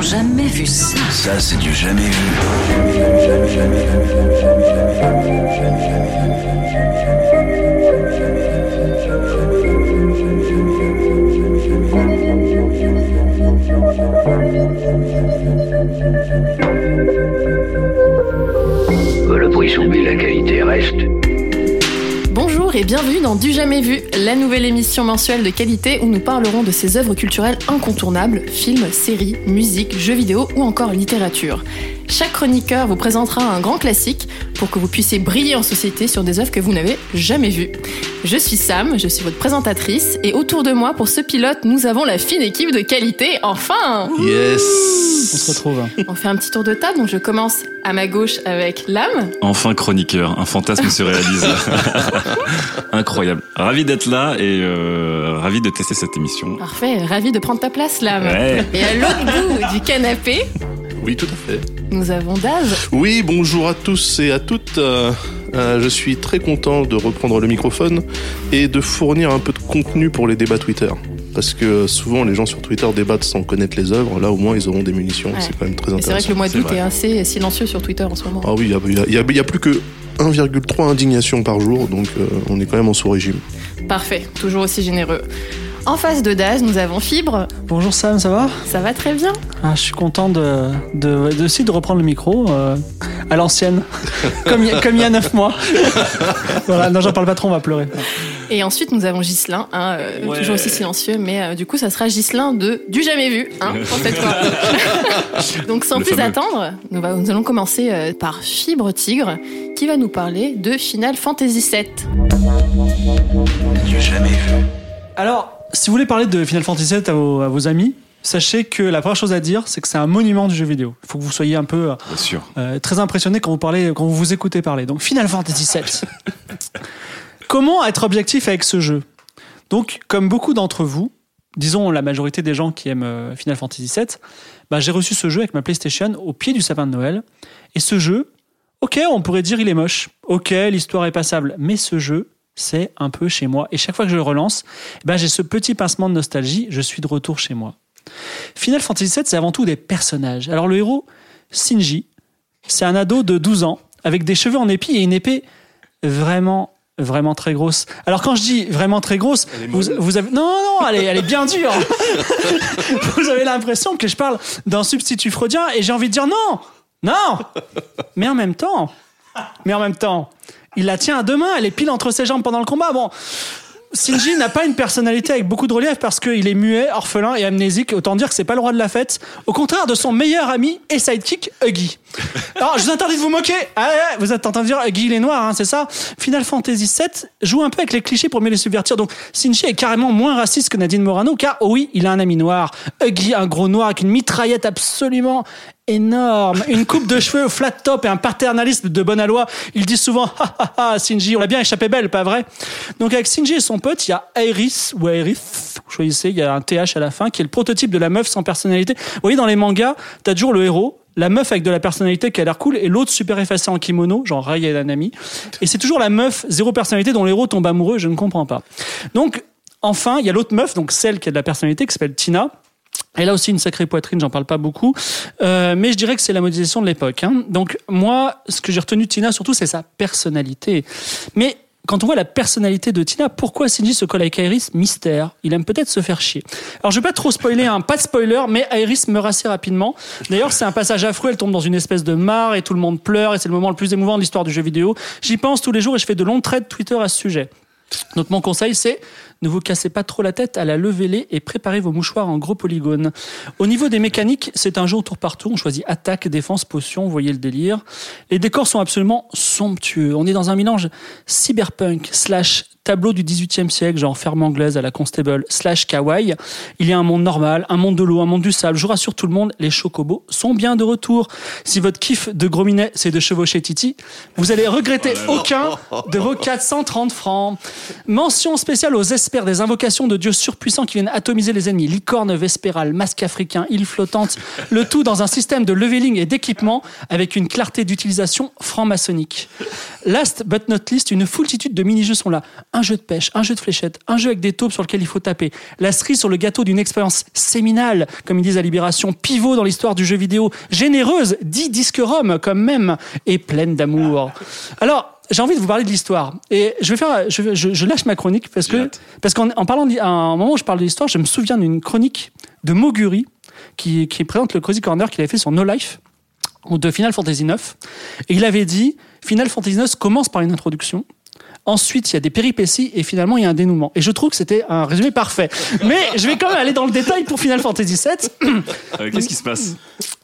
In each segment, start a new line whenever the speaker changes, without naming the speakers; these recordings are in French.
jamais vu ça.
Ça, c'est du jamais vu.
Euh, Le prix soumis, la qualité reste.
Bonjour et bienvenue dans Du Jamais Vu, la nouvelle émission mensuelle de qualité où nous parlerons de ces œuvres culturelles incontournables, films, séries, musique, jeux vidéo ou encore littérature. Chaque chroniqueur vous présentera un grand classique pour que vous puissiez briller en société sur des œuvres que vous n'avez jamais vues. Je suis Sam, je suis votre présentatrice et autour de moi pour ce pilote, nous avons la fine équipe de qualité, enfin
On se
Yes
retrouve.
On fait un petit tour de table, donc je commence à ma gauche avec l'âme.
Enfin chroniqueur, un fantasme se réalise. Incroyable. Ravi d'être là et euh, ravi de tester cette émission.
Parfait, ravi de prendre ta place l'âme.
Ouais.
Et à l'autre bout du canapé,
Oui, tout à fait.
nous avons Daz.
Oui, bonjour à tous et à toutes. Euh, euh, je suis très content de reprendre le microphone et de fournir un peu de contenu pour les débats Twitter. Parce que euh, souvent, les gens sur Twitter débattent sans connaître les œuvres. Là, au moins, ils auront des munitions.
Ouais.
C'est quand même très
Et C'est vrai que le
intéressant.
mois d'août
vrai.
est assez silencieux sur Twitter en ce moment.
Ah oui, il y a- il y a, il y a plus que 1,3 indignations par jour, donc euh, on est quand même en sous-régime.
Parfait, toujours aussi généreux. En face de Daz, nous avons Fibre.
Bonjour Sam, ça va
Ça va très bien.
Ah, Je suis content de, de, de, aussi de reprendre le micro euh, à l'ancienne, comme, il y a- comme il y a 9 mois. voilà, non, j'en parle pas trop, on va pleurer.
Et ensuite, nous avons Ghislain, hein, euh,
Ouais.
toujours aussi silencieux, mais euh, du coup, ça sera Ghislain de Du Jamais Vu, hein, pour cette fois. Donc, sans
Le
plus
fameux.
attendre, nous, va- nous allons commencer euh, par Fibre Tigre, qui va nous parler de Final Fantasy VII.
Du jamais vu.
Alors, si vous voulez parler de Final Fantasy VII à vos, à vos amis, sachez que la première chose à dire, c'est que c'est un monument du jeu vidéo. Il faut que vous soyez un peu
Bien sûr.
euh, très impressionné quand vous, parlez, quand vous vous écoutez parler. Donc, Final Fantasy VII. Comment être objectif avec ce jeu Donc, comme beaucoup d'entre vous, disons la majorité des gens qui aiment euh, Final Fantasy VII, bah, j'ai reçu ce jeu avec ma PlayStation au pied du sapin de Noël. Et ce jeu, ok, on pourrait dire il est moche, ok, l'histoire est passable, mais ce jeu, c'est un peu chez moi. Et chaque fois que je le relance, bah, j'ai ce petit pincement de nostalgie, je suis de retour chez moi. Final Fantasy VII, c'est avant tout des personnages. Alors le héros, Shinji, c'est un ado de 12 ans, avec des cheveux en épi et une épée vraiment, vraiment très grosse. Alors quand je dis vraiment très grosse, vous, vous avez... Non, non, non, elle est, elle est bien dure. vous avez l'impression que je parle d'un substitut freudien et j'ai envie de dire non, non. Mais en même temps, mais en même temps, il la tient à deux mains, elle est pile entre ses jambes pendant le combat. Bon, Shinji n'a pas une personnalité avec beaucoup de relief parce qu'il est muet, orphelin et amnésique. Autant dire que c'est pas le roi de la fête. Au contraire de son meilleur ami et sidekick, Huggy. Alors, je vous interdis de vous moquer. Ah, ouais, vous êtes en train de dire Huggy, il est noir, hein, c'est ça Final Fantasy VII joue un peu avec les clichés pour mieux les subvertir. Donc, Shinji est carrément moins raciste que Nadine Morano car, oh oui, il a un ami noir. Huggy, un gros noir avec une mitraillette absolument énorme, une coupe de cheveux au flat top et un paternalisme de bon aloi. Il dit souvent ha ha ha Shinji, on l'a bien échappé belle, pas vrai Donc avec Shinji et son pote, il y a Iris ou Aerith, choisissez, il y a un TH à la fin qui est le prototype de la meuf sans personnalité. Vous voyez dans les mangas, t'as toujours le héros la meuf avec de la personnalité qui a l'air cool et l'autre super effacée en kimono, genre Rai et Nanami. Et c'est toujours la meuf zéro personnalité dont l'héros tombe amoureux, je ne comprends pas. Donc, enfin, il y a l'autre meuf, donc celle qui a de la personnalité, qui s'appelle Tina. Elle a aussi une sacrée poitrine, j'en parle pas beaucoup, Euh, mais je dirais que c'est la modélisation de l'époque. hein. Donc moi, ce que j'ai retenu de Tina surtout, c'est sa personnalité. Mais quand on voit la personnalité de Tina, pourquoi Shinji se colle avec Iris Mystère. Il aime peut-être se faire chier. Alors je vais pas trop spoiler, hein, pas de spoiler, mais Iris meurt assez rapidement. D'ailleurs, c'est un passage affreux. Elle tombe dans une espèce de mare et tout le monde pleure et c'est le moment le plus émouvant de l'histoire du jeu vidéo. J'y pense tous les jours et je fais de longs traits Twitter à ce sujet. Donc mon conseil c'est ne vous cassez pas trop la tête à la lever-les et préparez vos mouchoirs en gros polygones. Au niveau des mécaniques, c'est un jeu au tour par tour, on choisit attaque, défense, potion, vous voyez le délire. Les décors sont absolument somptueux. On est dans un mélange cyberpunk slash tableau du 18e siècle, genre ferme anglaise à la constable slash kawaii. Il y a un monde normal, un monde de l'eau, un monde du sable. Je vous rassure tout le monde, les chocobos sont bien de retour. Si votre kiff de gros minet, c'est de chevaucher Titi, vous allez regretter aucun de vos 430 francs. Mention spéciale aux espères des invocations de dieux surpuissants qui viennent atomiser les ennemis. Licorne vespérale, masque africain, île flottante. Le tout dans un système de leveling et d'équipement avec une clarté d'utilisation franc-maçonnique. Last but not least, une foultitude de mini-jeux sont là. un jeu de pêche, un jeu de fléchettes, un jeu avec des taupes sur lequel il faut taper, la cerise sur le gâteau d'une expérience séminale, comme ils disent à Libération, pivot dans l'histoire du jeu vidéo, généreuse, dit disque rome comme même, et pleine d'amour. Alors, j'ai envie de vous parler de l'histoire. Et je vais faire, je, vais- je- je lâche ma chronique parce
J'ai
que,
hâte.
parce qu'en en parlant, d'hi- à un moment où je parle de l'histoire, je me souviens d'une chronique de Moguri qui, qui présente le Cozy Corner qu'il avait fait sur No Life ou de Final Fantasy IX. Et il avait dit Final Fantasy IX commence par une introduction. Ensuite, il y a des péripéties et finalement, il y a un dénouement. Et je trouve que c'était un résumé parfait. Mais je vais quand même aller dans le détail pour Final Fantasy VII.
Euh, Qu'est-ce qui se passe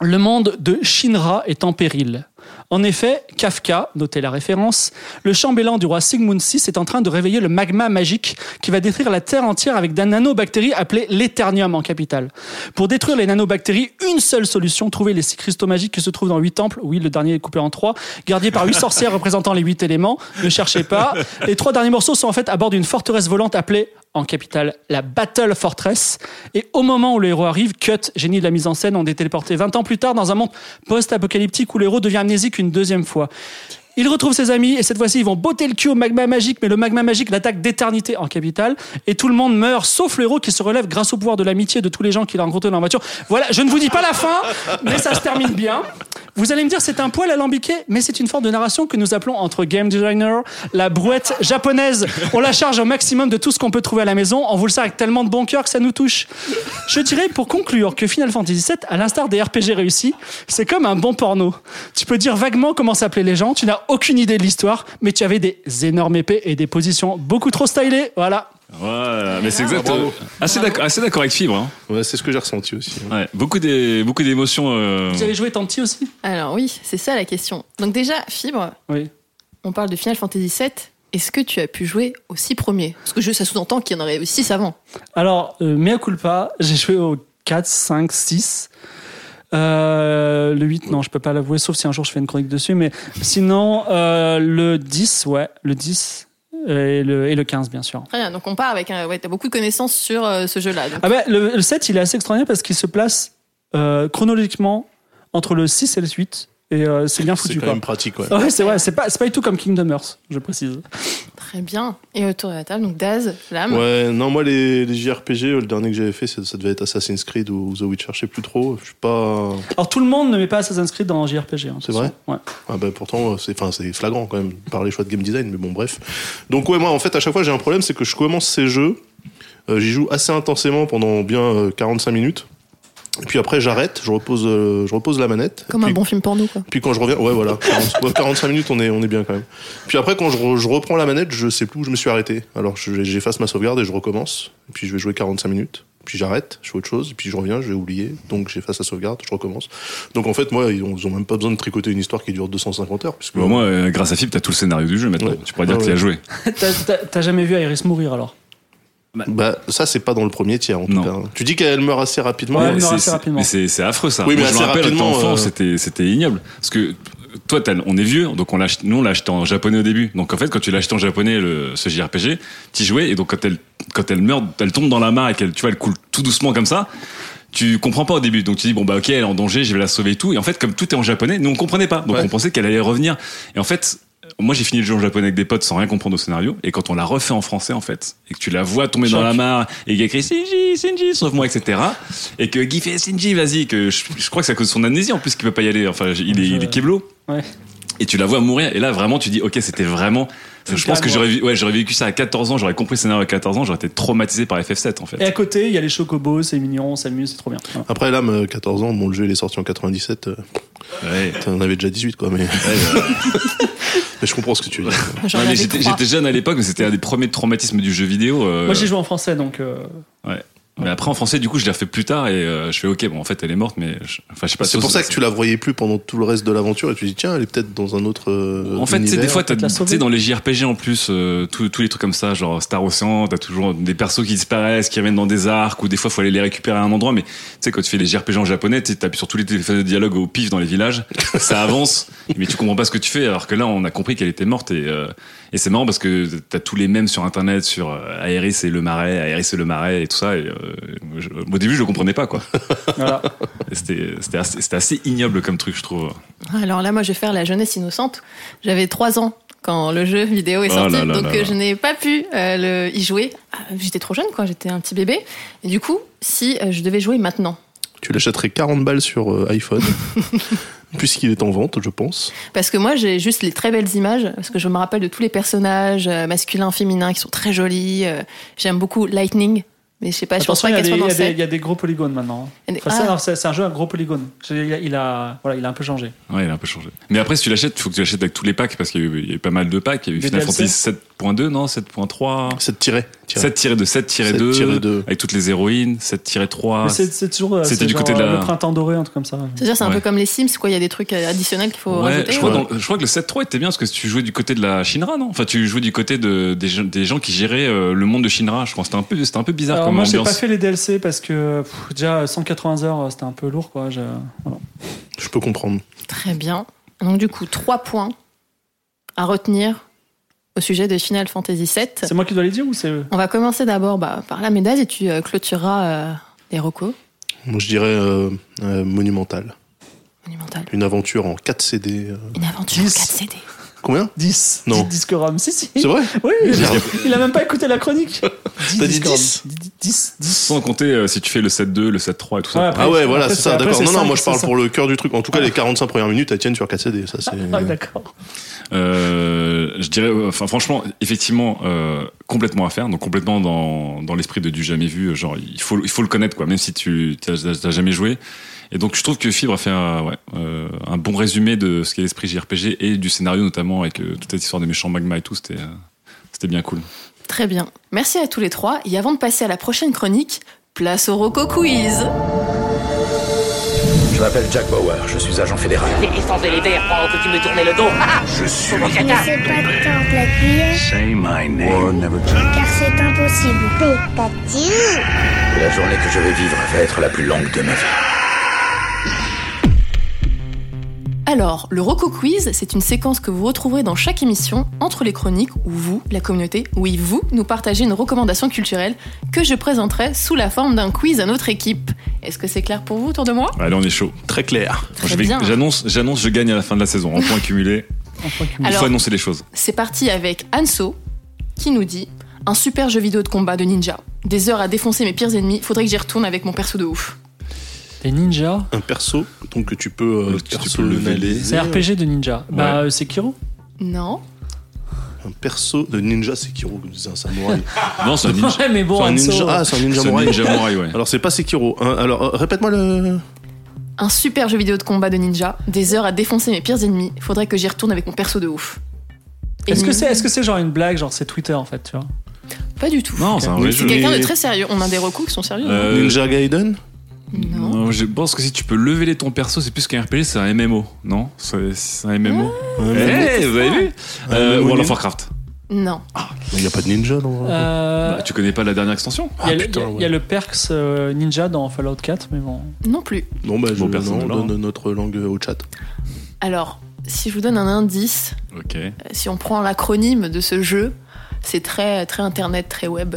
Le monde de Shinra est en péril. En effet, Kafka, notez la référence, le chambellan du roi Sigmund VI est en train de réveiller le magma magique qui va détruire la Terre entière avec des nanobactéries appelées l'éternium en capitale. Pour détruire les nanobactéries, une seule solution, trouver les six cristaux magiques qui se trouvent dans huit temples, oui, le dernier est coupé en trois, gardés par huit sorcières représentant les huit éléments, ne cherchez pas. Les trois derniers morceaux sont en fait à bord d'une forteresse volante appelée en capitale la Battle Fortress. Et au moment où le héros arrive, Cut, génie de la mise en scène, on est téléporté 20 ans plus tard dans un monde post-apocalyptique où le héros devient amnésique une deuxième fois. Il retrouve ses amis et cette fois-ci ils vont botter le cul au magma magique, mais le magma magique l'attaque d'éternité en capitale et tout le monde meurt sauf le héros qui se relève grâce au pouvoir de l'amitié de tous les gens qu'il a rencontrés dans la voiture. Voilà, je ne vous dis pas la fin, mais ça se termine bien. Vous allez me dire c'est un poil alambiqué, mais c'est une forme de narration que nous appelons entre game designer la brouette japonaise. On la charge au maximum de tout ce qu'on peut trouver à la maison, on vous le sert avec tellement de bon cœur que ça nous touche. Je dirais pour conclure que Final Fantasy VII, à l'instar des RPG réussis, c'est comme un bon porno. Tu peux dire vaguement comment s'appelaient les gens, tu n'as aucune idée de l'histoire, mais tu avais des énormes épées et des positions beaucoup trop stylées. Voilà.
Voilà, mais c'est exact.
bravo.
euh, Assez d'accord, assez d'accord avec Fibre. hein.
Ouais, c'est ce que j'ai ressenti aussi.
Ouais, beaucoup des, beaucoup d'émotions. euh,
Vous avez joué tant petit aussi
Alors oui, c'est ça la question. Donc déjà, Fibre,
Oui.
on parle de Final Fantasy VII. Est-ce que tu as pu jouer aux six premiers Parce que je, ça sous-entend qu'il y en aurait eu six avant.
Alors, euh, mea culpa, j'ai joué au 4, 5, 6. Euh, le 8, non, je peux pas l'avouer, sauf si un jour je fais une chronique dessus. Mais sinon, euh, le 10, ouais, le 10 et le, et le 15, bien sûr.
Très bien, donc on part avec un... Ouais, t'as beaucoup de connaissances sur euh, ce jeu-là. donc.
Ah bah, le, le 7, il est assez extraordinaire parce qu'il se place euh, chronologiquement entre le 6 et le 8. Et euh, c'est bien
C'est
foutu,
quand
quoi.
même pratique, ouais.
Ouais, c'est vrai, c'est pas, c'est pas du tout comme Kingdom Hearts, je précise.
Très bien. Et autour de la table, donc Daz, Flamme.
Ouais, non, moi, les, les JRPG, euh, le dernier que j'avais fait, ça, ça devait être Assassin's Creed ou The Witcher, je sais plus trop. Je suis pas.
Alors tout le monde ne met pas Assassin's Creed dans JRPG. hein, de
C'est
toute façon.
vrai
Ouais.
Ah bah pourtant, euh, c'est enfin, c'est flagrant quand même par les choix de game design, mais bon, bref. Donc, ouais, moi, en fait, à chaque fois, j'ai un problème, c'est que je commence ces jeux, euh, j'y joue assez intensément pendant bien euh, 45 minutes. Et puis après, j'arrête, je repose, euh, je repose la manette.
Comme un
Puis-
bon film porno, quoi.
Puis quand je reviens, ouais voilà, 40 ouais, 45 minutes, on est, on est bien quand même. Puis après, quand je, re- je reprends la manette, je sais plus où je me suis arrêté. Alors je- j'efface ma sauvegarde et je recommence. Et puis je vais jouer 45 minutes. Puis j'arrête, je fais autre chose. Et puis je reviens, j'ai oublié. Donc j'efface la sauvegarde, je recommence. Donc en fait, moi, ils ont, ils ont même pas besoin de tricoter une histoire qui dure 250 heures. Puisque
Au moins, euh, grâce à Fibre, t'as tout le scénario du jeu maintenant.
Ouais.
Tu pourrais dire
Ah
que tu
ouais.
as joué.
T'as- T'as t'as jamais vu Iris mourir alors
bah, ça, c'est pas dans le premier tiers en tout
Non.
cas. hein. Tu dis qu'elle meurt assez rapidement.
Ouais, elle
Mais
meurt
c'est-
assez
c'est-
rapidement.
Mais c'est c'est affreux ça.
Oui, mais
Moi, je me
assez
rappelle,
rapidement,
étant enfant,
euh,
c'était c'était ignoble. Parce que toi, t'as- on est vieux, donc on l'a acheté- nous on l'a acheté en japonais au début. Donc en fait, quand tu l'as acheté en japonais, le, ce JRPG, t'y jouais, et donc quand elle, quand elle meurt, elle tombe dans la mare et qu'elle, tu vois, elle coule tout doucement comme ça. Tu comprends pas au début, donc tu dis bon bah ok elle est en danger, je vais la sauver et tout. Et en fait comme tout est en japonais, nous on comprenait pas, donc
Ouais.
on pensait qu'elle allait revenir. Et en fait, moi j'ai fini le jeu en japonais avec des potes sans rien comprendre au scénario. Et quand on l'a refait en français en fait, et que tu la vois tomber dans
Choc.
la mare et qu'il y a écrit Shinji, Shinji, sauve-moi, etc. Et que Guy fait Shinji, vas-y, que je, je crois que c'est à cause de son amnésie en plus qu'il peut pas y aller. Enfin, il est,
Je-
il est keblo.
Ouais.
Et tu la vois mourir. Et là vraiment tu dis ok c'était vraiment. Je pense que
Carrément.
j'aurais vi- ouais, j'aurais vécu ça à 14 ans, j'aurais compris le scénario à 14 ans, j'aurais été traumatisé par FF7 en fait.
Et à côté, il y a les chocobos, c'est mignon, on s'amuse, c'est trop bien.
Euh.
Voilà.
Après, là, me- 14 ans, bon, le jeu, il est sorti en 97. euh,
Ouais.
T'en avais déjà 18, quoi, mais,
Ouais, ouais.
mais je comprends ce que tu veux dire.
J'en
Non, mais
avais
j'étais
trois.
j'étais jeune à l'époque, mais c'était un des premiers traumatismes du jeu vidéo. euh,
Moi, j'ai joué en français, donc. euh,
mais après en français, du coup, je l'ai refait plus tard et euh, je fais ok, bon en fait elle est morte, mais je- enfin je sais pas.
C'est pour ça que tu la voyais plus pendant tout le reste de l'aventure et tu dis tiens elle est peut-être dans un autre. euh,
En fait, tu sais,
univers.
des fois,
peut
t'as-
la
tu
sauver.
sais, dans les JRPG en plus, euh, tous tous les trucs comme ça, genre Star Ocean, t'as toujours des persos qui disparaissent, qui reviennent dans des arcs, ou des fois, faut aller les récupérer à un endroit, mais tu sais, quand tu fais les JRPG en japonais, tu sais, t'appuies sur tous les téléphones de dialogue au pif dans les villages, ça avance, mais tu comprends pas ce que tu fais, alors que là, on a compris qu'elle était morte, et, euh, et c'est marrant parce que t'as tous les mêmes sur internet, sur euh, Aéris et le marais, Aéris et le marais, et tout ça, et euh, je- au début, je le comprenais pas, quoi.
voilà.
Et C'était c'était assez, c'était assez ignoble comme truc, je trouve.
Alors là, moi, je vais faire la jeunesse innocente. J'avais 3 ans quand le jeu vidéo est
Oh
sorti.
là là
donc
là
euh,
là.
je n'ai pas pu euh, le- y jouer. Ah, J'étais trop jeune, quoi. J'étais un petit bébé. Et du coup, si euh, je devais jouer maintenant,
Tu l'achèterais 40 balles sur euh, iPhone, puisqu'il est en vente, je pense.
Parce que moi, j'ai juste les très belles images, parce que je me rappelle de tous les personnages euh, masculins, féminins, qui sont très jolis. euh, J'aime beaucoup Lightning, mais je sais pas, Bah, je pense
Attention,
pas
il y, a
qu'elle
des,
soit dans le
il, y a hein. des, il
set.
y a des gros polygones maintenant.
Elle est-
Enfin, ça,
ah.
non, c'est c'est un jeu à gros polygones. C'est- Il a, il a- voilà, il a un peu changé.
Ouais, il a un peu changé. Mais après, si tu l'achètes, il faut que tu l'achètes avec tous les packs parce qu'il y, a eu- il y a eu pas mal de packs. Il y a eu
Des
Final
DLC.
Fantasy 7.2, non 7.3
7 tirés.
7-2, 7-2,
7-2.
avec toutes les héroïnes,
Mais
7-3.
c'est c'est toujours. euh,
Ah, c'était
c'est
du côté
genre,
de la-
euh, Le printemps doré, un truc comme ça.
C'est-à-dire, c'est un
Ouais.
peu comme les Sims, quoi. Il y a des trucs euh, additionnels qu'il faut
Ouais,
rajouter.
je, crois
ou-
dans- je crois que le 7-3 était bien parce que tu jouais du côté de la Shinra, non Enfin, tu jouais du côté de, des, gens- des gens qui géraient euh, le monde de Shinra. Je crois que c'était un peu, c'était un peu bizarre
Alors,
comme
moi, j'ai
ambiance.
pas fait les DLC parce que pff, déjà 180 heures, euh, c'était un peu lourd, quoi. Je- voilà.
Je peux comprendre.
Très bien. Donc, du coup, trois points à retenir au sujet de Final Fantasy VII.
C'est moi qui dois les dire ou c'est eux
On va commencer d'abord bah, par la médaille et tu euh, clôtureras euh, les recos
Moi, je dirais euh, euh, monumental.
monumentales.
Une aventure en 4 CD. euh,
Une aventure en
Dix.
4 CD.
Combien
10.
Non.
10 Discorum. Si, si.
C'est vrai
Oui, il a,
Merde.
il a même pas écouté la chronique.
T'as dit
Discorum.
10?
10. 10.
Sans compter euh, si tu fais le 7-2, le 7-3 et tout ça.
Ouais,
Ah ouais, voilà,
Après,
c'est ça,
après,
d'accord.
c'est
Non, non,
cinq,
moi je
c'est
parle
cinq.
pour le cœur du truc. En tout cas,
Ah.
les 45 premières minutes, elles tiennent sur 4 CD. Ça, c'est.
Ah, d'accord.
Euh, je dirais, euh, enfin franchement, effectivement, euh, complètement à faire, donc complètement dans, dans l'esprit de du jamais vu. euh, Genre, il faut, il faut le connaître, quoi, même si tu t'as t'as jamais joué. Et donc, je trouve que Fibre a fait un, ouais, euh, un bon résumé de ce qu'est l'esprit JRPG et du scénario notamment avec euh, toute cette histoire des méchants magma et tout. C'était, euh, c'était bien cool.
Très bien. Merci à tous les trois. Et avant de passer à la prochaine chronique, place au Roco Quiz.
Je m'appelle Jack Bauer, je suis agent fédéral.
Les essences et les verres pendant que tu me tournais le dos. Ah
Je suis.
Mon
Ne
caca
fais pas de temps la cuillère,
Say my name.
car c'est impossible. Petit.
La journée que je vais vivre va être la plus longue de ma vie.
Alors, le Roco Quiz, c'est une séquence que vous retrouverez dans chaque émission, entre les chroniques, où vous, la communauté, oui, vous, nous partagez une recommandation culturelle que je présenterai sous la forme d'un quiz à notre équipe. Est-ce que c'est clair pour vous autour de moi
Allez, on est chaud.
Très clair.
Très
je vais-
bien.
j'annonce, j'annonce, je gagne à la fin de la saison en points cumulés. Il
Alors,
faut annoncer les choses.
c'est parti avec Anso, qui nous dit un super jeu vidéo de combat de ninja. Des heures à défoncer mes pires ennemis, faudrait que j'y retourne avec mon perso de ouf.
Les ninjas.
Un perso, donc que tu peux. euh,
Donc, tu peux
personnaliser.
C'est RPG de ninja. Bah, euh, Sekiro.
Non
Un perso de ninja Sekiro, c'est un samouraï.
Non, c'est un ninja.
Ouais, mais bon, euh,
C'est un
Hanzo,
ninja. Ah, c'est un ninja
C'est un
samouraï.
ninja samouraï, ouais.
Alors, c'est pas Sekiro. hein. Alors, euh, répète-moi le.
Un super jeu vidéo de combat de ninja, des heures à défoncer mes pires ennemis, faudrait que j'y retourne avec mon perso de ouf.
Est-ce que
Ennemi
c'est est -ce c'est genre une blague, genre c'est Twitter en fait, tu vois
Pas du tout.
Non, c'est un vrai
C'est
jeu.
quelqu'un de
Mais-
très sérieux. On a des recours qui sont sérieux. non
Euh,
Ninja Gaiden
Non.
Non, je pense que si tu peux leveler ton perso, c'est plus qu'un RPG, c'est un MMO, non C'est c'est un MMO.
Ah.
Eh,
Euh,
vous avez vu
Un
Euh,
MMO
World
nul.
of Warcraft.
Non.
Il n'y a pas de ninja dans.
Euh,
Bah, tu connais pas la dernière extension
Il y, a le-
putain,
il y a- il
ouais.
y a le perks euh, ninja dans Fallout 4, mais bon.
Non plus.
Non, bah, je
Bon, personne
non,
ne l'a,
on donne notre langue au chat.
Alors, si je vous donne un indice,
Ok.
euh, si on prend l'acronyme de ce jeu, c'est très, très internet, très web.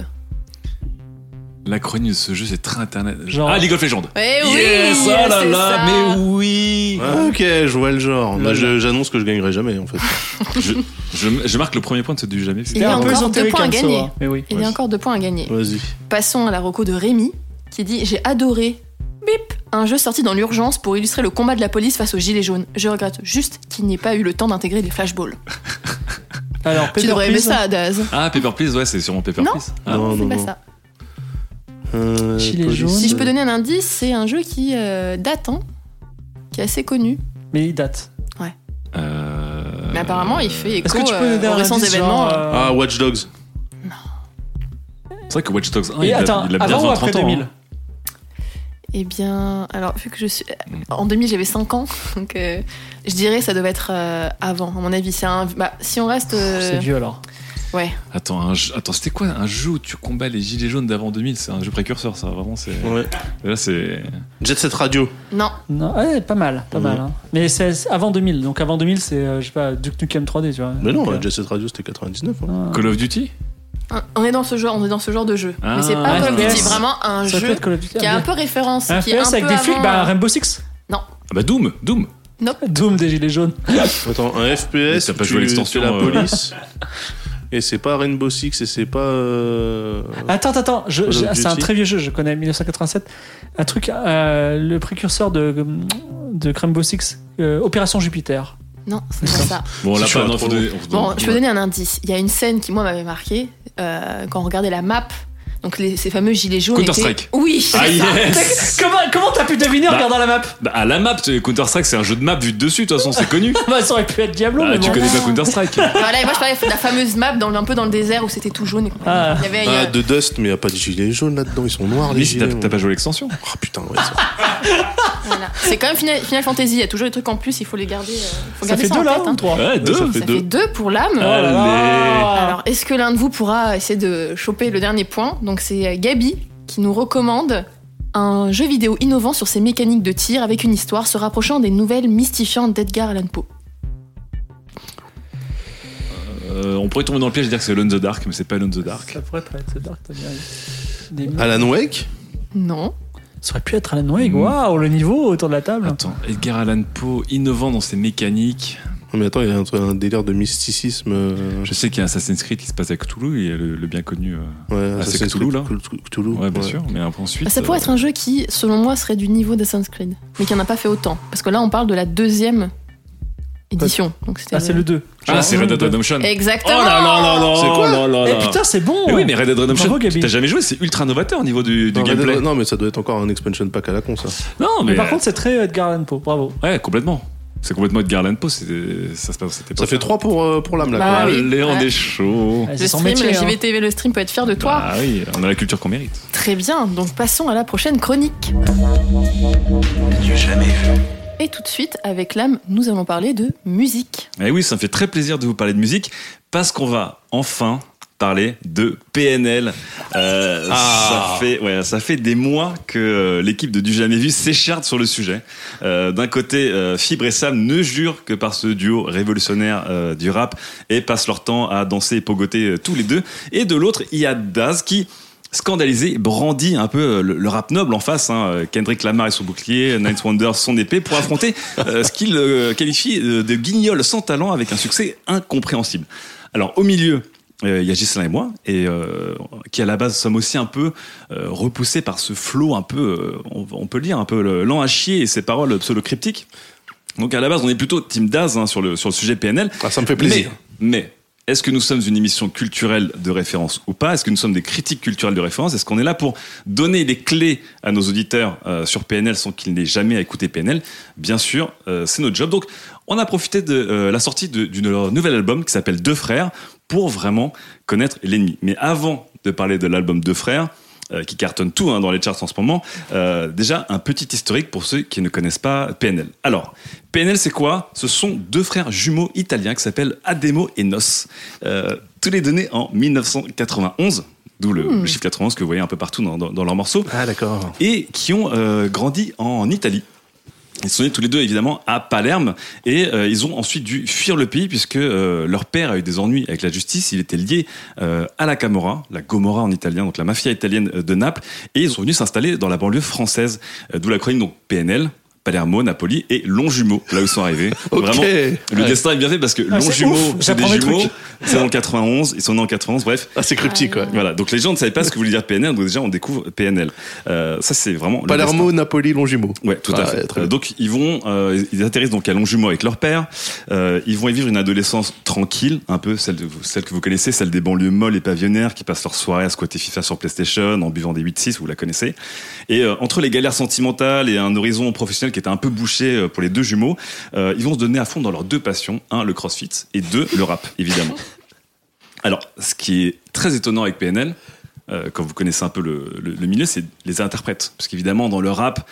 La chronique de ce jeu, c'est très internet.
Genre-
Ah, League of Legends
Eh oui
Yes, oh là
c'est
là,
ça.
mais oui
Ah, Ok, je vois le genre.
Le
Bah,
genre.
je- J'annonce que je gagnerai jamais en fait.
je, je- je marque le premier point de ce du jamais vu.
Il y a
un peu
encore deux
ésotérique,
points à
Hanzo,
gagner.
hein, Mais oui.
Il y a encore deux points à gagner.
Vas-y.
Passons à la reco de Rémi, qui dit J'ai adoré. Bip Un jeu sorti dans l'urgence pour illustrer le combat de la police face aux gilets jaunes. Je regrette juste qu'il n'y ait pas eu le temps d'intégrer les flashballs.
Alors,
Tu
Paper
devrais aimer
Please,
ça, Daz.
Ah, Paper Please, ouais, c'est sûrement Paper
Non.
Please. Ah,
Non,
C'est
non,
pas
non.
ça.
Euh,
Gilet
police.
jaune.
Si je peux donner un indice, c'est un jeu qui euh, date, hein, qui est assez connu.
Mais il date.
euh,
Mais apparemment, il fait
Est-ce
écho
que tu peux
euh,
donner
aux
un
récents
indice,
événements.
genre, euh,
Ah, Watch Dogs.
C'est vrai que Watch Dogs 1,
et
il, a-
attends,
il a bien
avant ou
20
après
30 ans.
2000
hein.
Eh bien, alors, vu que je suis. En 2000, j'avais 5 ans, donc euh, je dirais que ça devait être euh, avant, à mon avis. C'est un. Bah, si on reste. euh,
Oh, C'est vieux alors.
Attends, un jeu- attends c'était quoi un jeu où tu combats les gilets jaunes d'avant 2000 C'est un jeu précurseur, ça, vraiment. c'est
Ouais.
Là, c'est.
Jet Set Radio.
Non,
Non, ouais, pas mal, pas
Ouais.
mal. hein. Mais c'est avant 2000, donc avant 2000, c'est, euh, je sais pas, Duke Nukem 3D, tu vois.
Mais non,
Donc, euh,
Jet Set Radio c'était 99. hein.
ah.
Call of Duty
un- on est dans ce genre, on est dans ce genre de jeu. Mais c'est
Ah,
pas Call of
FPS.
Duty, vraiment un
Ça peut
jeu
être Call of Duty.
qui a
ah,
un peu référence,
bien.
qui est un
FPS avec
peu
des flics,
avant-
bah Rainbow Six.
Ah bah Doom Doom
Nope.
Doom des Gilets jaunes.
Attends, un FPS,
t'as pas
tu-
joué à l'extension,
t'es la
euh.
police. et c'est pas Rainbow Six et c'est pas. euh,
Attends, attends, attends, je-
Call of
je- c'est un
Duty.
très vieux jeu, je connais, 1987. Un truc, euh, le précurseur de, de Crumbo Six, euh, Opération Jupiter.
Non, c'est pas ça.
Bon, là,
Si, je suis
pas, non,
pas
faut
trop
donner-
Bon, je peux
ouais.
donner un indice. Il y a une scène qui, moi, m'avait marqué euh, quand on regardait la map. Donc, les- ces fameux gilets jaunes. étaient-
Counter-Strike.
Oui, c'est
Ah
ça.
yes
Comment comment t'as pu deviner en
Bah.
regardant la map
Bah, à la map, tu- Counter-Strike, c'est un jeu de map vu de dessus, de toute façon, c'est connu.
Bah, Ça aurait pu être Diablo,
Bah,
mais
tu
bon.
connais pas Counter-Strike.
Voilà, et moi, je parlais de la fameuse map dans, un peu dans le désert où c'était tout jaune. et compagnie.
Ah.
Il y avait.
Ah,
euh,
de Dust, mais y a pas de gilets jaunes là-dedans, ils sont noirs les
Mais si t'as
gilets.
t'as pas joué à l'extension.
Ah putain, ouais, ça.
voilà. C'est quand même Final, Final Fantasy. Il y a toujours des trucs en plus, il faut les garder. euh, faut
Ça
garder
fait
ça
deux
en
là,
tête,
ou
hein.
trois
Ouais, deux.
ça
Ça fait deux pour l'âme.
Oh là là.
Alors, est-ce que l'un de vous pourra essayer de choper le dernier point Donc, c'est euh, Gabi qui nous recommande un jeu vidéo innovant sur ses mécaniques de tir avec une histoire se rapprochant des nouvelles mystifiantes d'Edgar Allan Poe.
Euh, on pourrait tomber dans le piège et dire que c'est Alone in the Dark, mais c'est pas Alone in the Dark.
Ça pourrait pas être Dark, t'as bien raison.
Ah.
Des-
Alan Wake
Non.
Ça aurait pu être Alan
Mm.
Wake, waouh, le niveau autour de la
Ah,
table.
Attends, Edgar Allan Poe, innovant dans ses mécaniques.
Non, Mais attends, il y a un, un délire de mysticisme. euh,
Je sais qu'il y a Assassin's Creed qui se passe à Cthulhu, et le, le bien connu. euh,
Ouais,
Ah, c'est
Assassin's
Cthulhu,
Creed,
là
Cthulhu, Cthulhu,
Ouais, bien
ouais.
sûr. Mais après, ensuite.
Bah, Ça pourrait
euh,
être un jeu qui, selon moi, serait du niveau d'Assassin's Creed, mais qui n'en a pas fait autant. Parce que là, on parle de la deuxième édition. Donc c'était
Ah, c'est le 2.
Ah, c'est Red Dead Redemption.
Exactement.
Oh C'est quoi
Eh putain, c'est bon
Mais oui, mais Red Dead Redemption,
Bravo, Gabi.
t'as jamais joué, c'est ultra novateur au niveau du, du
Non, Red Dead-
gameplay.
non, mais ça doit être encore un expansion pack à la con, ça.
Non,
Mais
mais. euh,
par contre, c'est très Edgar Allan Poe, bravo.
Ouais, complètement. C'est complètement Edgar Allan Poe, c'était- ça se passe, c'était pas
Ça fait 3 pour, euh, pour l'âme, là.
Bah
quoi.
oui.
Allez, on
Ouais.
est chaud.
Ah, c'est
Le
son
stream,
métier,
le
hein. Bah,
JVTV, le stream peut être fier de toi.
Ah oui, on a la culture qu'on mérite.
Très bien, donc passons à la prochaine chronique.
J'ai jamais vu.
Et tout de suite, avec l'âme, nous allons parler de musique.
Eh oui, ça me fait très plaisir de vous parler de musique parce qu'on va enfin parler de PNL. Euh, ça, fait, ouais, ça fait des mois que euh, l'équipe de Du Jamais Vu s'écharde sur le sujet. Euh, D'un côté, euh, Fibre et Sam ne jurent que par ce duo révolutionnaire euh, du rap et passent leur temps à danser et pogoter euh, tous les deux. Et de l'autre, il y a Daz qui scandalisé, brandit un peu euh, le, le rap noble en face. hein. Euh, Kendrick Lamar et son bouclier, Ninth Wonder son épée, pour affronter euh, ce qu'il euh, qualifie euh, de guignol sans talent avec un succès incompréhensible. Alors au milieu, euh, il y a Gislain et moi, et euh, qui à la base sommes aussi un peu euh, repoussés par ce flot un peu, euh, on, on peut le dire, un peu le- lent à chier et ses paroles pseudo-cryptiques. Donc à la base, on est plutôt Team Daz hein, sur, le, sur le sujet PNL.
Ah, ça me fait plaisir.
Mais, mais est-ce que nous sommes une émission culturelle de référence ou pas Est-ce que nous sommes des critiques culturelles de référence Est-ce qu'on est là pour donner les clés à nos auditeurs euh, sur PNL sans qu'ils n'aient jamais à écouter PNL Bien sûr, euh, c'est notre job. Donc, on a profité de euh, la sortie de, du nouvel album qui s'appelle Deux Frères pour vraiment connaître l'ennemi. Mais avant de parler de l'album Deux Frères, euh, qui cartonne tout hein, dans les charts en ce moment. Euh, déjà, un petit historique pour ceux qui ne connaissent pas PNL. Alors, PNL, c'est quoi Ce sont deux frères jumeaux italiens qui s'appellent Ademo et Nos. Euh, tous les donnés en 1991, d'où le, le chiffre 91 que vous voyez un peu partout dans, dans- dans leurs morceaux,
Ah, d'accord.
et qui ont euh, grandi en Italie. Ils sont nés tous les deux évidemment à Palerme et euh, ils ont ensuite dû fuir le pays puisque euh, leur père a eu des ennuis avec la justice. Il était lié euh, à la Camorra, la Gomorra en italien, donc la mafia italienne euh, de Naples. Et ils sont venus s'installer dans la banlieue française, euh, d'où la chronique donc PNL. Palermo, Napoli et Longjumeau, là où ils sont arrivés.
Ok.
Vraiment, le
Ouais.
destin est bien fait parce que
Ah, c'est
Longjumeau,
ouf,
c'est des
j'apprends des
jumeaux,
trucs.
c'est dans le 91, ils sont nés en 91, bref.
Ah, c'est cryptique, ouais.
Voilà, donc les gens ne savaient pas ce que voulait dire PNL, donc déjà on découvre PNL. Euh, ça c'est vraiment... le
Palermo, Napoli, Longjumeau.
Ouais, tout à
Ah,
fait.
très
Euh,
bien.
donc ils vont, euh, ils atterrissent donc à Longjumeau avec leur père. Euh, ils vont y vivre une adolescence tranquille, un peu celle, de, celle que vous connaissez, celle des banlieues molles et pavillonnaires qui passent leur soirée à se côté FIFA sur PlayStation en buvant des 8-6, vous la connaissez. Et euh, entre les galères sentimentales et un horizon professionnel qui était un peu bouché euh, pour les deux jumeaux, euh, ils vont se donner à fond dans leurs deux passions un, le CrossFit et deux, le rap, évidemment. Alors, ce qui est très étonnant avec PNL, euh, quand vous connaissez un peu le, le- le milieu, c'est les interprètes. Parce qu'évidemment, dans le rap,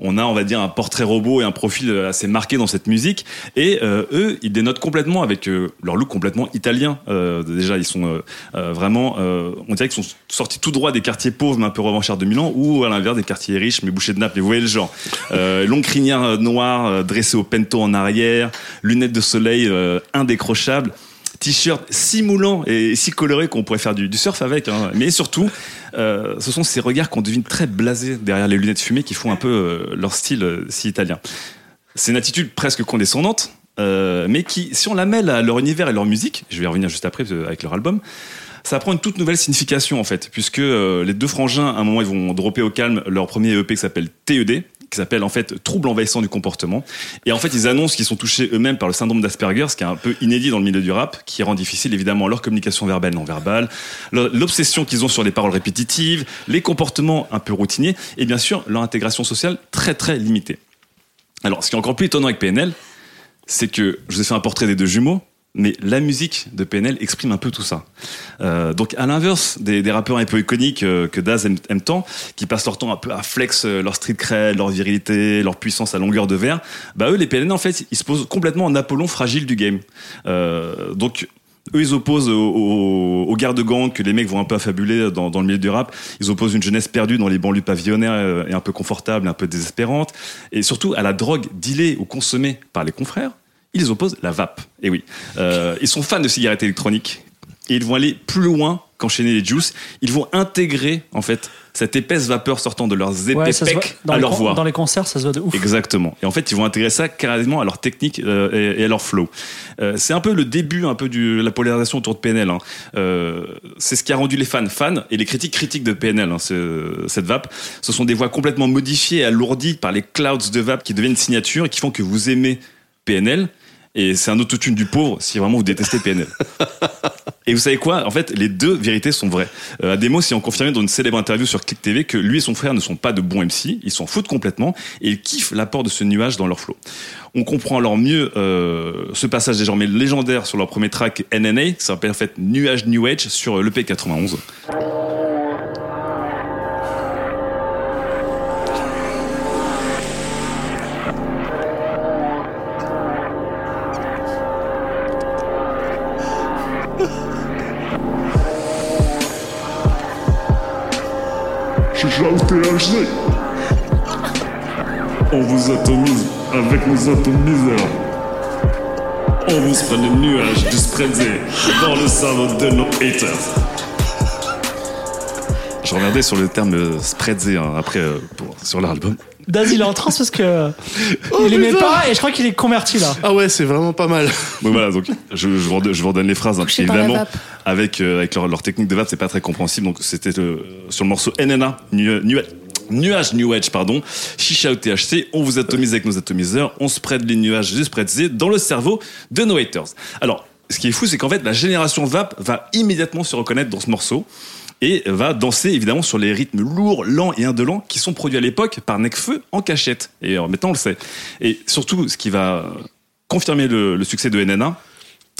on a, on va dire, un portrait robot et un profil assez marqué dans cette musique. Et euh, eux, ils dénotent complètement avec euh, leur look complètement italien. Euh, déjà, ils sont euh, euh, vraiment, euh, on dirait qu'ils sont sortis tout droit des quartiers pauvres, mais un peu revanchards de Milan, ou à l'inverse des quartiers riches, mais bouchés de Naples. Et vous voyez le genre. Euh, longue crinière euh, noire, euh, dressée au pento en arrière, lunettes de soleil euh, indécrochables t-shirt si moulant et si coloré qu'on pourrait faire du, du surf avec. hein. Mais surtout, euh, ce sont ces regards qu'on devine très blasés derrière les lunettes fumées qui font un peu euh, leur style euh, si italien. C'est une attitude presque condescendante, euh, mais qui, si on la mêle à leur univers et leur musique, je vais y revenir juste après euh, avec leur album, ça prend une toute nouvelle signification en fait, puisque euh, les deux frangins, à un moment, ils vont dropper au calme leur premier EP qui s'appelle TED, qui s'appelle en fait Trouble envahissant du comportement. Et en fait, ils annoncent qu'ils sont touchés eux-mêmes par le syndrome d'Asperger, ce qui est un peu inédit dans le milieu du rap, qui rend difficile évidemment leur communication verbale, non verbale, leur- l'obsession qu'ils ont sur les paroles répétitives, les comportements un peu routiniers, et bien sûr leur intégration sociale très très limitée. Alors, ce qui est encore plus étonnant avec PNL, c'est que je vous ai fait un portrait des deux jumeaux, mais la musique de PNL exprime un peu tout ça. Euh, donc, à l'inverse des, des rappeurs un peu iconiques euh, que Daz aime, aime tant, qui passent leur temps un peu à flex euh, leur street cred, leur virilité, leur puissance à longueur de verre, bah eux, les PNL, en fait, ils se posent complètement en Apollon fragile du game. Euh, donc, eux, ils opposent aux, aux, aux gardes-gangs que les mecs vont un peu affabuler dans, dans le milieu du rap. Ils opposent une jeunesse perdue dans les banlieues pavillonnaires euh, et un peu confortable, un peu désespérante. Et surtout, à la drogue dealée ou consommée par les confrères, ils opposent la vape. Et oui, Euh, ils sont fans de cigarettes électroniques. Et ils vont aller plus loin qu'enchaîner les juices. Ils vont intégrer, en fait, cette épaisse vapeur sortant de leurs épais
Ouais, ça se voit-
pecs
dans,
à
les
leur
con-
voix.
dans les concerts, ça se voit de ouf.
Exactement. Et en fait, ils vont intégrer ça carrément à leur technique euh, et, et à leur flow. Euh, c'est un peu le début un peu de la polarisation autour de PNL. hein. Euh, c'est ce qui a rendu les fans fans et les critiques critiques de PNL, hein, ce- cette vape. Ce sont des voix complètement modifiées et alourdies par les clouds de vape qui deviennent signatures et qui font que vous aimez PNL. Et c'est un autotune du pauvre si vraiment vous détestez PNL. Et vous savez quoi En fait, les deux vérités sont vraies. Euh, Ademo s'y ont confirmé dans une célèbre interview sur Click TV que lui et son frère ne sont pas de bons MC, ils s'en foutent complètement et ils kiffent l'apport de ce nuage dans leur flow. On comprend alors mieux euh, ce passage désormais légendaire sur leur premier track NNA, qui s'appelle en fait Nuage New Age sur euh, l'EP 91.
On vous atomise avec nos atomiseurs. On vous spray des nuages du spreader dans le cerveau de nos haters.
Je regardais sur le terme euh, spreadzé hein, après euh, pour- sur leur album.
Daz, il est en transe parce que euh,
Oh,
il aimait
putain
pas et je crois qu'il est converti là.
Ah ouais, c'est vraiment pas mal.
Donc voilà, donc je, je, vous, redonne, je vous redonne les phrases. hein, parce
Touché par la
qu'évidemment,
vape.
avec, euh, avec leur, leur technique de vape, c'est pas très compréhensible. Donc c'était euh, sur le morceau NNA, nu, nu- Nuage New Age, pardon, Chicha au THC, on vous atomise avec nos atomiseurs, on spread les nuages du spread Z dans le cerveau de nos haters. Alors, ce qui est fou, c'est qu'en fait, la génération vape va immédiatement se reconnaître dans ce morceau et va danser évidemment sur les rythmes lourds, lents et indolents qui sont produits à l'époque par Necfeu en cachette. Et alors, maintenant, on le sait. Et surtout, ce qui va confirmer le, le succès de NNA,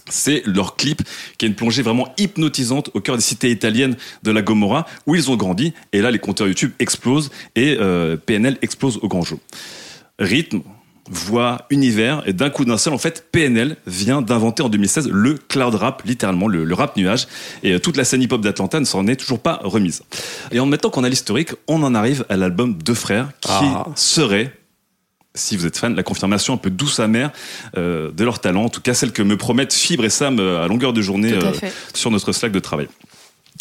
c'est leur clip qui est une plongée vraiment hypnotisante au cœur des cités italiennes de la Gomorra où ils ont grandi. Et là, les compteurs YouTube explosent et euh, PNL explose au grand jour. Rythme, voix, univers, et d'un coup d'un seul, en fait, PNL vient d'inventer en 2016 le cloud rap, littéralement, le, le rap nuage. Et euh, toute la scène hip-hop d'Atlanta ne s'en est toujours pas remise. Et en mettant qu'on a l'historique, on en arrive à l'album Deux Frères qui
Ah.
serait si vous êtes fan, la confirmation un peu douce amère euh, de leur talent, en tout cas celle que me promettent Fibre et Sam euh, à longueur de journée
Tout à
euh,
fait.
sur notre Slack de travail.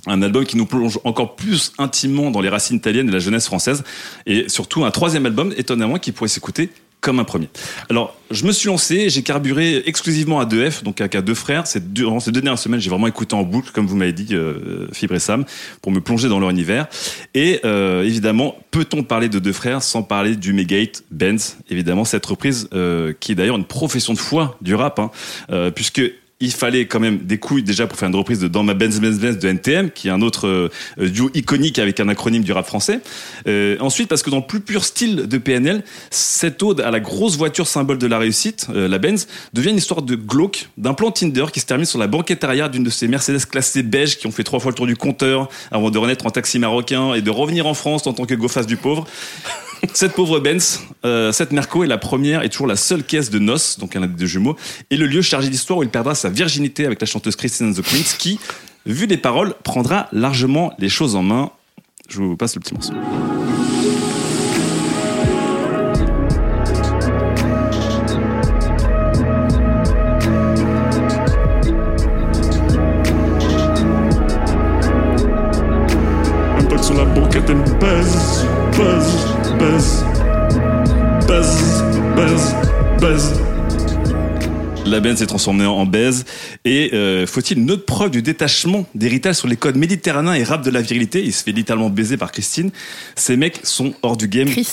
Un album qui nous plonge encore plus intimement dans les racines italiennes et la jeunesse française, et surtout un troisième album, étonnamment, qui pourrait s'écouter comme un premier. Alors, je me suis lancé, j'ai carburé exclusivement à 2F, donc à, à deux frères. C'est durant ces deux dernières semaines, j'ai vraiment écouté en boucle, comme vous m'avez dit, euh, Fibre et Sam, pour me plonger dans leur univers. Et euh, évidemment, peut-on parler de deux frères sans parler du Megate Benz Évidemment, cette reprise euh, qui est d'ailleurs une profession de foi du rap, hein, euh, puisque il fallait quand même des couilles déjà pour faire une reprise de Dans ma Benz Benz Benz de NTM, qui est un autre euh, duo iconique avec un acronyme du rap français. Euh, ensuite, parce que dans le plus pur style de PNL, cette ode à la grosse voiture symbole de la réussite, euh, la Benz, devient une histoire de glauque d'un plan Tinder qui se termine sur la banquette arrière d'une de ces Mercedes classées beige qui ont fait trois fois le tour du compteur avant de renaître en taxi marocain et de revenir en France en tant que gofasse du pauvre. Cette pauvre Benz, euh, cette Merco est la première et toujours la seule caisse de noces, donc un des deux jumeaux, et le lieu chargé d'histoire où il perdra sa virginité avec la chanteuse Christine and the Queens qui, vu les paroles, prendra largement les choses en main. Je vous passe le petit morceau.
Impact sur la banquette, elle baise, baise, baise, baise, baise, baise.
Ah,
La benne s'est transformée en baise. Et euh, faut-il une autre preuve du détachement d'héritage sur les codes méditerranéens et rap de la virilité Il se fait littéralement baiser par Christine. Ces mecs sont hors du game.
Chris.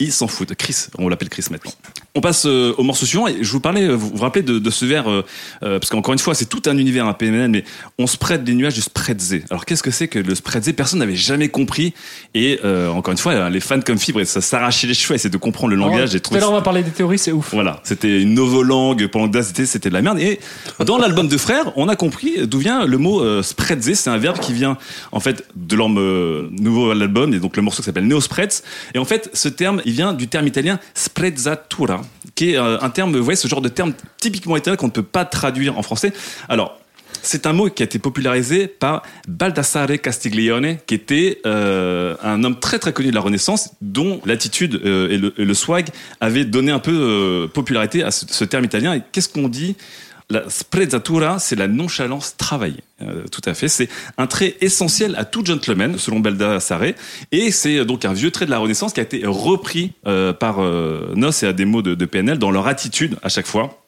Ils s'en foutent. Chris, on l'appelle Chris maintenant. On passe euh, au morceau suivant. Et je vous parlais, euh, vous vous rappelez de, de ce verre, euh, euh, parce qu'encore une fois, c'est tout un univers, un PMN, mais on se prête des nuages du spreadzé. Alors qu'est-ce que c'est que le spreadzé Personne n'avait jamais compris. Et euh, encore une fois, les fans comme Fibre, ça s'arrachait les cheveux, c'est de comprendre le langage.
Oh, Tout
et de
à
trouver
l'heure, on va parler des théories, c'est ouf.
voilà, c'était une novolangue pendant que c'était c'était de la merde. Et dans l'album de Frères, on a compris d'où vient le mot euh, spreadzé. C'est un verbe qui vient en fait de leur euh, nouveau album, et donc le morceau qui s'appelle Neospreads. Et en fait, ce terme, il vient du terme italien sprezzatura, qui est euh, un terme, vous voyez, ce genre de terme typiquement italien qu'on ne peut pas traduire en français. Alors, c'est un mot qui a été popularisé par Baldassare Castiglione, qui était euh, un homme très très connu de la Renaissance, dont l'attitude euh, et, le, et le swag avaient donné un peu euh, popularité à ce, ce terme italien. Et qu'est-ce qu'on dit la sprezzatura, c'est la nonchalance travaillée. Euh, tout à fait. C'est un trait essentiel à tout gentleman, selon Baldassare. Et c'est euh, donc un vieux trait de la Renaissance qui a été repris euh, par euh, Nos et à des mots de, de PNL dans leur attitude à chaque fois.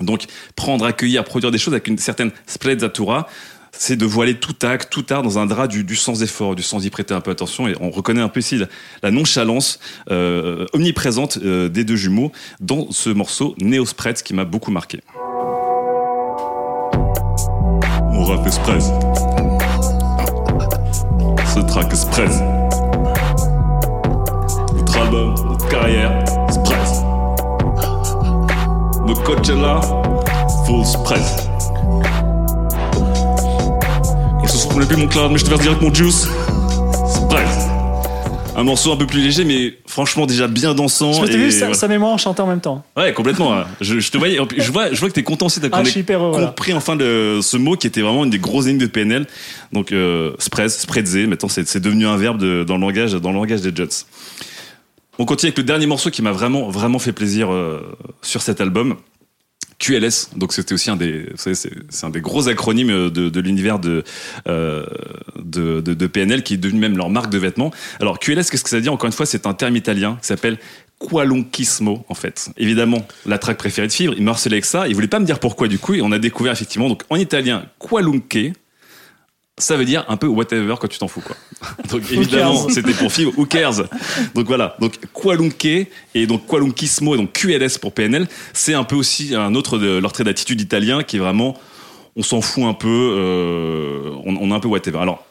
Donc, prendre, accueillir, produire des choses avec une certaine sprezzatura, c'est de voiler tout acte, tout art dans un drap du, du sans effort, du sans y prêter un peu attention. Et on reconnaît un peu ici la, la nonchalance euh, omniprésente euh, des deux jumeaux dans ce morceau Néospretz qui m'a beaucoup marqué.
Mon rap express. Ce track express. Notre album, notre carrière, express. Le Coachella, full express. On se souvient plus mon cloud, mais je te verse direct mon juice. Express.
Un morceau un peu plus léger, mais franchement déjà bien dansant.
Je me suis
et
vu sa,
voilà.
sa mémoire chanter en même temps.
Ouais, complètement. hein. Je, je te voyais, en plus, je vois, je vois que t'es content aussi d'avoir
Ah, je suis hyper heureux, voilà.
compris enfin de ce mot qui était vraiment une des grosses lignes de PNL. Donc, euh, spreads, spreadzé. Maintenant, c'est c'est devenu un verbe de- dans le langage, dans le langage des Jets. On continue avec le dernier morceau qui m'a vraiment, vraiment fait plaisir euh, sur cet album. QLS, donc c'était aussi un des, vous savez, c'est c'est un des gros acronymes euh, de, de l'univers de, euh, de, de- de PNL qui est devenu même leur marque de vêtements. Alors QLS, qu'est-ce que ça veut dire Encore une fois, c'est un terme italien qui s'appelle qualonquismo en fait. Évidemment, la track préférée de Fibre, il m'a harcelé avec ça, il voulait pas me dire pourquoi du coup, et on a découvert effectivement, donc en italien, qualunque, ça veut dire un peu whatever quand tu t'en fous quoi. Donc évidemment,
cares
c'était pour Fibre, who cares donc voilà, donc Qualunque et donc Qualunquismo et donc QLS pour PNL, c'est un peu aussi un autre de leur trait d'attitude italien qui est vraiment, on s'en fout un peu, euh, on, on est un peu whatever. Alors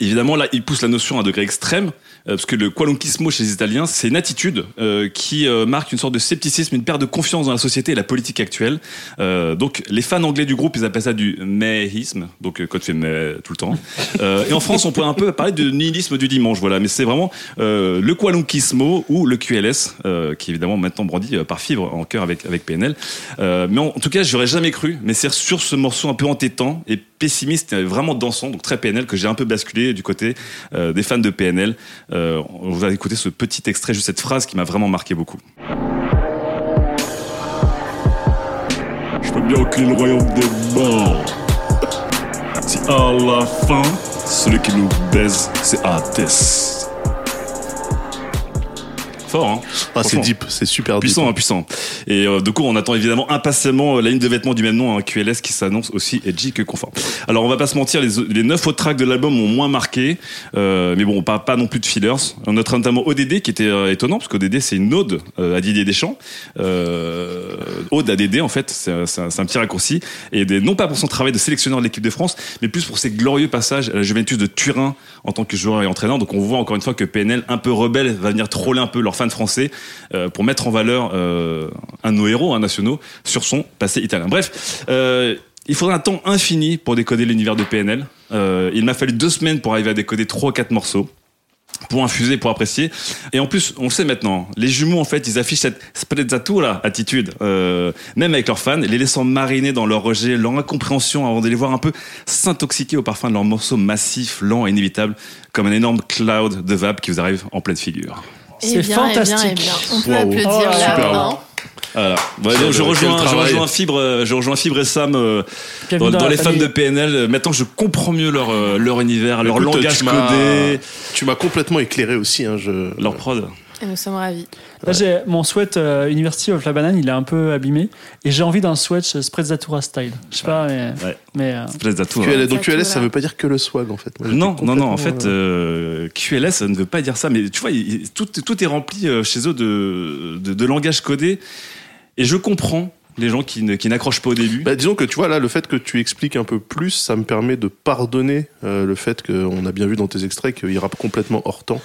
évidemment là, ils poussent la notion à un degré extrême euh, parce que le Qualunquismo chez les Italiens, c'est une attitude euh, qui euh, marque une sorte de scepticisme, une perte de confiance dans la société et la politique actuelle. Euh, donc les fans anglais du groupe, ils appellent ça du méhisme, donc euh, quand tu fais mais tout le temps. Euh, et en France, on peut un peu parler de nihilisme du dimanche, voilà. Mais c'est vraiment euh, le qualunquismo ou le QLS, euh, qui est évidemment maintenant brandi euh, par fibre en cœur avec avec PNL. Euh, mais en, en tout cas, j'aurais jamais cru. Mais c'est sur ce morceau un peu entêtant et pessimiste, et vraiment dansant, donc très PNL, que j'ai un peu basculé du côté euh, des fans de PNL. Euh, on va écouter ce petit extrait, juste cette phrase qui m'a vraiment marqué beaucoup.
Je peux bien reculer le royaume des morts. Si à la fin, celui qui nous baise, c'est Hades.
Fort, hein
Ah, c'est
Franchement.
deep, c'est super deep.
Puissant, hein, puissant. Et euh, de coup, on attend évidemment impatiemment euh, la ligne de vêtements du même nom, hein, QLS, qui s'annonce aussi edgy que confort. Alors, on va pas se mentir, les, les neuf autres tracks de l'album m'ont moins marqué, euh, mais bon, pas, pas non plus de fillers. On notera notamment ODD, qui était euh, étonnant, parce qu'ODD, c'est une ode euh, à Didier Deschamps. Euh, ode à DD, en fait, c'est un- c'est un, c'est un petit raccourci. Et des- non pas pour son travail de sélectionneur de l'équipe de France, mais plus pour ses glorieux passages à la Juventus de Turin en tant que joueur et entraîneur. Donc on voit encore une fois que PNL, un peu rebelle, va venir troller un peu leurs fans français euh, pour mettre en valeur euh, un de nos héros hein, nationaux sur son passé italien. Bref, euh, il faudra un temps infini pour décoder l'univers de PNL. Euh, il m'a fallu deux semaines pour arriver à décoder trois ou quatre morceaux pour infuser, pour apprécier. Et en plus, on le sait maintenant, les jumeaux, en fait, ils affichent cette sprezzatura attitude, euh, même avec leurs fans, les laissant mariner dans leur rejet, leur incompréhension, avant de les voir un peu s'intoxiquer au parfum de leurs morceaux massifs, lents et inévitables, comme un énorme cloud de vape qui vous arrive en pleine figure.
C'est fantastique.
Eh bien, eh bien. On peut
Waouh.
applaudir
Oh là
là. hein,
là.
maintenant.
Voilà. Ouais,
Quel-
je, rejoins,
quel
je,
travail.
rejoins Fibre, euh, je rejoins Fibre et Sam euh,
Bienvenue
dans,
dans
dans
la
les fans
famille.
de PNL. Euh, Maintenant, je comprends mieux leur, euh, leur univers, leur
Écoute,
langage
tu m'as-
codé,
Tu m'as complètement éclairé aussi. Hein, je...
leur prod.
et nous sommes ravis.
Là, j'ai mon sweat euh, University of la Banane, il est un peu abîmé. Et j'ai envie d'un sweat euh, Sprezzatura style. Je sais pas, mais.
Ouais.
mais, euh,
Place d'atout, hein.
QLS, donc
Exactement.
QLS, ça veut pas dire que le swag en fait. Moi, j'étais
Non, non, non, en
complètement,
fait,
euh,
euh, QLS, ça ne veut pas dire ça, mais tu vois, il- il- tout, tout est rempli euh, chez eux de, de, de langage codé, et je comprends les gens qui ne- qui n'accrochent pas au début.
Bah, disons que tu vois là, le fait que tu expliques un peu plus, ça me permet de pardonner euh, le fait qu'on a bien vu dans tes extraits qu'il rappe complètement hors temps.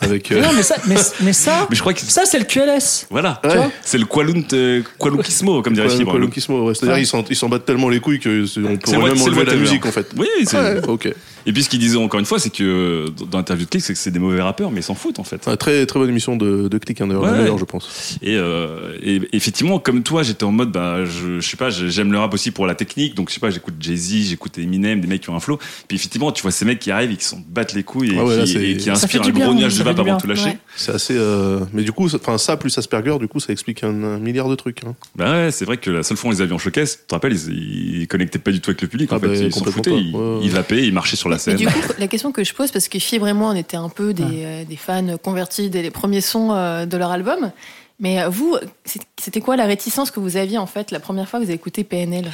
Avec. euh,
Non, mais ça, mais, mais ça,
mais je crois que
ça c'est le QLS.
voilà,
Ouais.
Tu vois c'est le qualunt, euh, qualuquismo, comme dirait
Quoi-
Fibre.
quoi, Lokismo, ouais. C'est-à-dire,
Ouais.
ils s'en- ils s'en battent tellement les couilles que c'est- on
C'est
pourrait
what-
même
c'est
enlever la
whatever.
musique en fait.
Oui, c'est-
Ouais, ok.
et puis ce qu'ils disaient encore une fois, c'est que euh, dans l'interview de Click, c'est que c'est des mauvais rappeurs, mais ils s'en foutent en fait.
Ah, très très bonne émission de, de Click, hein, d'ailleurs,
Ouais,
la
ouais.
meilleure, je pense.
Et, euh, et effectivement, comme toi, j'étais en mode, bah, je, je sais pas, je- j'aime le rap aussi pour la technique, donc je sais pas, j'écoute Jay-Z, j'écoute Eminem, des mecs qui ont un flow. Puis effectivement, tu vois ces mecs qui arrivent et qui s'en battent les couilles et,
Ah ouais, là,
qui,
c'est-
et qui
Ça
inspirent
fait du
un gros
bien,
nuage
ça
de
fait
vape
du
avant
bien,
de tout lâcher.
ouais.
C'est assez. euh, Mais du coup, ça, enfin, ça plus Asperger, du coup, ça explique un, un milliard de trucs. hein.
Bah ouais, c'est vrai que la seule fois où ils avaient en showcase, tu te rappelles, ils, ils connectaient pas du tout avec le public, en
Ah
fait,
bah,
ils s'en
complètement
foutaient,
pas.
ils,
Ouais, ouais.
ils vapaient, ils marchaient sur la
Mais
scène.
du coup, la question que je pose, parce que Fibre et moi, on était un peu des, euh, des fans convertis dès les premiers sons euh, de leur album. Mais euh, vous, c'est- c'était quoi la réticence que vous aviez en fait la première fois que vous avez écouté PNL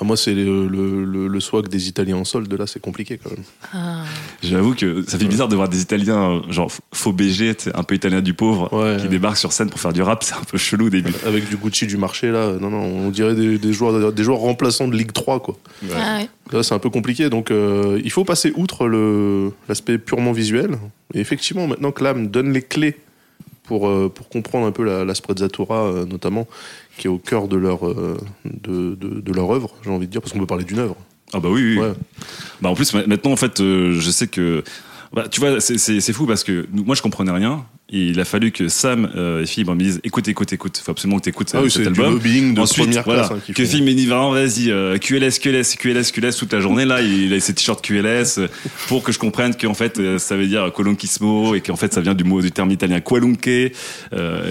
Ah, moi, c'est le, le, le- le swag des Italiens en solde, là, c'est compliqué quand même.
Ah.
J'avoue que ça fait bizarre de voir des Italiens, euh, genre faux BG, tu sais, un peu italien du pauvre,
Ouais.
qui débarquent sur scène pour faire du rap, c'est un peu chelou au début.
Avec du Gucci du marché, là, euh, non, non, on dirait des, des joueurs, des joueurs remplaçants de Ligue 3, quoi.
Ah ouais.
Là, c'est un peu compliqué, donc euh, il faut passer outre le- l'aspect purement visuel. Et effectivement, maintenant que l'âme donne les clés pour, euh, pour comprendre un peu la, la sprezzatura, euh, notamment, qui est au cœur de leur, euh, de, de- de leur œuvre, j'ai envie de dire, parce qu'on peut parler d'une œuvre.
Ah bah oui, oui, oui.
Ouais.
Bah en plus ma- maintenant en fait euh, je sais que bah, tu vois c'est- c'est c'est fou parce que nous- moi je comprenais rien et il a fallu que Sam euh, et Philippe me disent écoute écoute écoute faut absolument que t'écoutes
Ah
euh,
oui,
cet
c'est du
album
lobbying de
ensuite
première
voilà
classe. hein, qu'ils
que
font.
Philippe me dit vraiment vas-y euh, QLS QLS QLS QLS toute la journée là il a ses t-shirts QLS euh, pour que je comprenne qu'en fait euh, ça veut dire colonquismo et qu'en fait ça vient du mot du terme italien qualunque euh,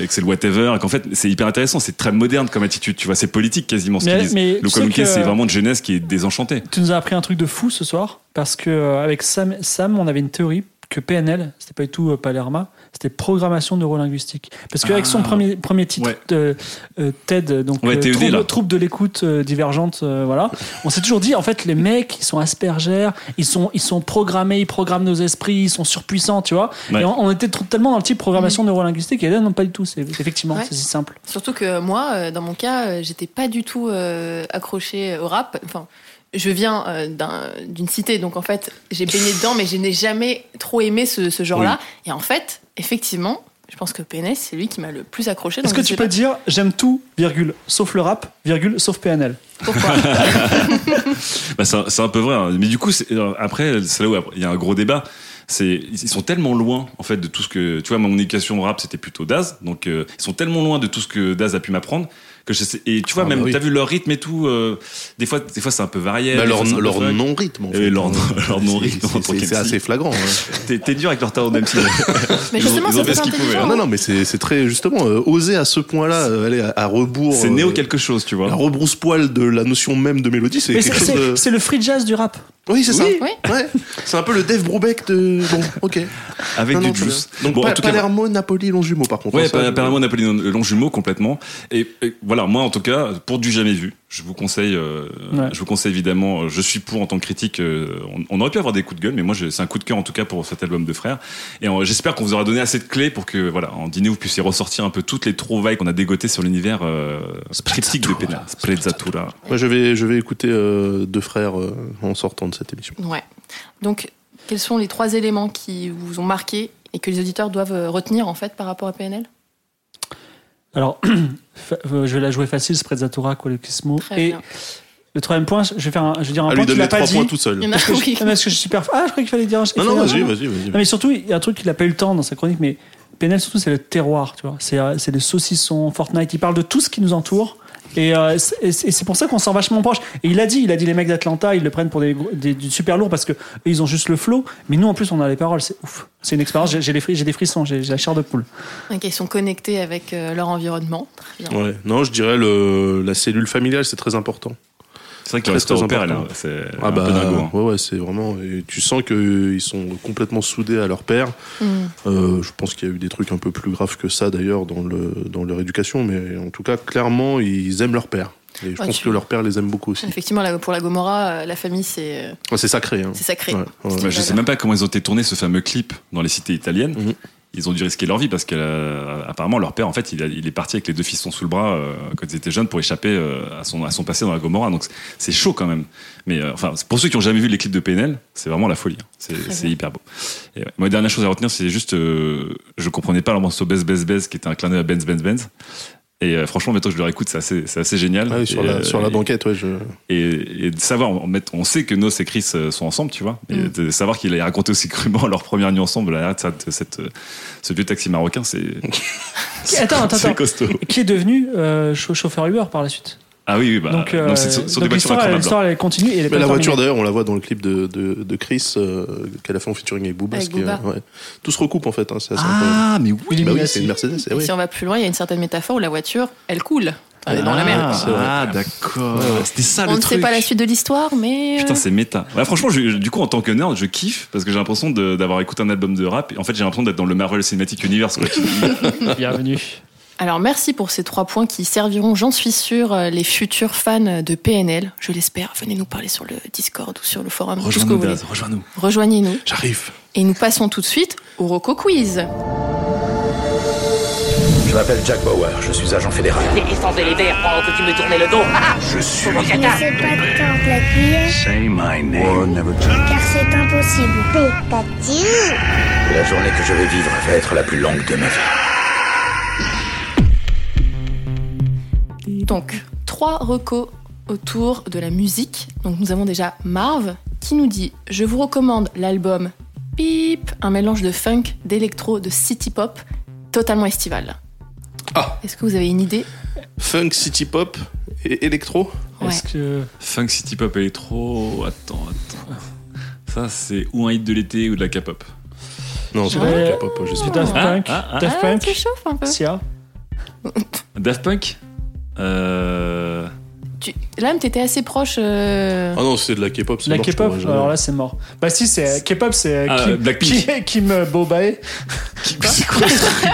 et que c'est le whatever et qu'en fait c'est hyper intéressant c'est très moderne comme attitude tu vois c'est politique quasiment ce
Mais-
qu'ils disent
mais
le
tu sais
qualunque
que-
c'est vraiment une jeunesse qui est désenchantée
Tu nous as appris un truc de fou ce soir parce que euh, avec Sam, Sam, on avait une théorie que PNL, c'était pas du tout euh, Palerma, c'était programmation neurolinguistique. Parce qu'avec
Ah.
son premier premier titre
Ouais.
euh, euh, TED, donc
Ouais, TED, là.
trouble, trouble de l'écoute euh, divergente, euh, voilà, on s'est toujours dit en fait les mecs ils sont aspergers, ils sont ils sont programmés, ils programment nos esprits, ils sont surpuissants, tu vois.
Ouais.
Et on, on était trop- tellement dans le type programmation neurolinguistique et là non pas du tout, c'est effectivement
Ouais.
c'est si simple.
Surtout que moi, euh, dans mon cas, euh, j'étais pas du tout euh, accrochée au rap. Enfin, je viens euh, d'un- d'une cité, donc en fait, j'ai baigné dedans, mais je n'ai jamais trop aimé ce, ce genre-là. Et en fait, effectivement, je pense que PNL, c'est lui qui m'a le plus accroché.
Est-ce que tu peux dire j'aime tout virgule sauf le rap virgule sauf PNL?
pourquoi
Bah, c'est un- c'est un peu vrai. hein. Mais du coup, c'est- alors, après, c'est là où après, il y a un gros débat. C'est, ils sont tellement loin, en fait, de tout ce que, tu vois, mon éducation au rap, c'était plutôt Daz. Donc, euh, ils sont tellement loin de tout ce que Daz a pu m'apprendre que je sais, et tu vois,
Ah,
même,
bah oui.
t'as vu leur rythme et tout, euh, des fois, des fois, c'est un peu varié.
Bah,
des
leur
fois, c'est un peu
leur
funk.
non-rythme, en
Et
fait.
leur- leur non-rythme
C'est-
en tant
c'est-
qu'MC.
C'est assez flagrant. hein.
T'es, t'es dur avec leur talent d'MC.
Mais
Ils ont-
justement,
ils
c'est
ont fait
très
ce qu'ils pouvaient,
intelligent.
hein.
Non, non, mais c'est c'est très, justement, euh, oser à ce point-là, euh, aller à, à rebours.
c'est
euh,
néo quelque chose, tu
La
vois.
rebrousse-poil de la notion même de mélodie, c'est
Mais
quelque
c'est-
chose de...
c'est c'est le free jazz du rap.
Oui, c'est ça.
Oui.
Ouais. C'est un peu le Dave Brubeck de... Bon, ok.
Avec
Non,
du
non, très
juice.
bien. Donc
Bon,
pa-
en tout cas,
Palermo, Napoli, Longjumeau, par contre. hein,
Ouais,
Ça, je-
apparemment Napoléon long jumeau complètement. Et, et voilà, moi en tout cas, pour du jamais vu, je vous conseille, euh,
Ouais.
je vous conseille évidemment. euh, Je suis pour en tant que critique. euh, on, on aurait pu avoir des coups de gueule, mais moi je- c'est un coup de cœur en tout cas pour cet album de frères. Et euh, j'espère qu'on vous aura donné assez de clés pour que voilà, en dîner vous puissiez ressortir un peu toutes les trouvailles qu'on a dégotées sur l'univers euh, critique de Pena. Sprezzatura.
Moi, je vais, je vais écouter euh, deux frères euh, en sortant de cette émission.
Ouais. Donc, quels sont les trois éléments qui vous ont marqué et que les auditeurs doivent euh, retenir en fait par rapport à PNL
Euh, Alors, fa- euh, je vais la jouer facile, Sprezzatura, Colochismo.
Très
Et
bien.
le troisième point, je vais, faire un- je vais dire un
Ah, lui
point qu'il
donne
n'a
les
pas
trois
dit.
points tout seul.
Il y en a
Parce que je-
oui.
non, parce que je suis super. Ah, je croyais qu'il fallait dire un
Non, non, vas-y, vas-y,
Non,
vas-y.
mais surtout, il y a un truc qu'il n'a pas eu le temps dans sa chronique, mais Penel, surtout, c'est le terroir, tu vois. C'est euh, c'est le saucisson, Fortnite. Il parle de tout ce qui nous entoure. Et, euh, c'est- et c'est et c'est pour ça qu'on sent vachement proche. Et il a dit, il a dit les mecs d'Atlanta, ils le prennent pour des, gros- des- du super lourd parce que eux, ils ont juste le flow. Mais nous, en plus, on a les paroles. C'est ouf. C'est une expérience. J'ai j'ai les fri- j'ai des frissons. J'ai j'ai la chair de poule.
Ok, ils sont connectés avec euh, leur environnement. Très bien.
Ouais. Non, je dirais le, la cellule familiale, c'est très important.
C'est vrai que
Très,
le restaurant
très
opère, elle,
important.
hein, c'est
Ah
un
bah,
peu dingo. hein.
ouais, ouais, c'est vraiment. et tu sens qu'ils sont complètement soudés à leur père.
Mm.
Euh, je pense qu'il y a eu des trucs un peu plus graves que ça d'ailleurs dans, le, dans leur éducation, mais en tout cas, clairement, ils aiment leur père. Et je
Ouais,
pense
tu-
que leur père les aime beaucoup aussi.
Effectivement, la- pour la Gomorra, euh, la famille, c'est euh,
Ouais, c'est sacré. Hein.
c'est sacré.
Ouais, ouais,
C'est
Bah,
une
je sais
valeur.
même pas comment ils ont été tournés ce fameux clip dans les cités italiennes.
Mhm.
Ils ont dû risquer leur vie parce que euh, apparemment leur père en fait il, a- il est parti avec les deux fistons sous le bras euh, quand ils étaient jeunes pour échapper euh, à son à son passé dans la Gomorra donc c'est- c'est chaud quand même mais euh, enfin c'est- pour ceux qui ont jamais vu les clips de PNL c'est vraiment la folie hein. c'est c'est hyper beau et ouais. moi dernière chose à retenir c'est juste euh, je comprenais pas leur morceau Bez Bez Bez qui était un clin d'œil à Benz Benz Benz et euh, franchement maintenant que je le réécoute c'est assez c'est assez génial
Ah oui, sur,
Et,
la,
euh,
sur la
et-
banquette, ouais, je...
et, et de savoir, on, met- on sait que Nos et Chris euh, sont ensemble, tu vois, mais
Mm.
de savoir qu'il a raconté aussi crûment leur première nuit ensemble, là, ça- cette, euh, ce vieux taxi marocain, c'est. c'est-
Attends, attends,
c'est
attends.
costaud.
Qui est devenu euh, chau- chauffeur Uber par la suite.
Ah oui, oui, bah.
donc euh,
donc c'est sur- sur des
donc
voitures
l'histoire,
incroyables.
l'histoire, elle continue. Et elle est
Mais
pas
la
terminée.
voiture d'ailleurs, on la voit dans le clip de, de, de Chris euh, qu'elle a fait en featuring avec Booba.
Avec
ce qui est-
Booba.
ouais. Tout se recoupe en fait. hein, c'est assez incroyable.
Ah, mais oui,
Bah oui, c'est une Mercedes. eh
Et
oui.
si on va plus loin, il y a une certaine métaphore où la voiture, elle coule. Elle est dans la mer.
c'est vrai.
Ah, d'accord. C'était ça
On
Ah, le
ne
truc.
sait pas la suite de l'histoire, mais. euh,
Putain, c'est méta. Ouais, franchement, je- je- du coup, en tant que nerd, je kiffe parce que j'ai l'impression de- d'avoir écouté un album de rap. Et en fait, j'ai l'impression d'être dans le Marvel Cinematic Universe. Quoi.
Bienvenue.
Alors merci pour ces trois points qui serviront, j'en suis sûre, euh, les futurs fans de PNL. Je l'espère. Venez nous parler sur le Discord ou sur le forum. tout ce que
Rejoins-nous,
vous voulez.
Daz, rejoins-nous.
Rejoignez-nous.
J'arrive.
Et nous passons tout de suite au Rocco Quiz.
Je m'appelle Jack Bauer, je suis agent fédéral.
Des questions de l'hiver pendant que tu me tournais le dos. Ah, ah,
Je suis.
mon
Ne
caca.
fais pas de temps à la cuillère,
Say my name.
car c'est impossible. Pétatine
La journée que je vais vivre va être la plus longue de ma vie.
Donc, trois recos autour de la musique. Donc, nous avons déjà Marv qui nous dit Je vous recommande l'album Pip, un mélange de funk, d'électro, de city pop, totalement estival.
Ah.
Est-ce que vous avez une idée
Funk, city pop et électro.
Ouais.
Est-ce que
Funk City Pop électro. Attends, attends. Ça, c'est ou un hit de l'été ou de la K-pop.
Non, c'est
Je
pas
vais-
du K-pop. Je sais
c'est
pas.
Daft
Ah,
Punk
ah, ah.
Daft
Ah,
Punk
tu chauffes un peu.
Sia
Daft Punk euh...
Tu... Là, même, t'étais assez proche. euh,
Ah non, c'est de la K-pop. c'est
La
mort, je
K-pop
pourrais jamais.
Alors là, c'est mort. Bah si, c'est K-pop, c'est
Ah,
Kim,
Blackpink.
Kim, Kim Bobae. Bah,
C'est quoi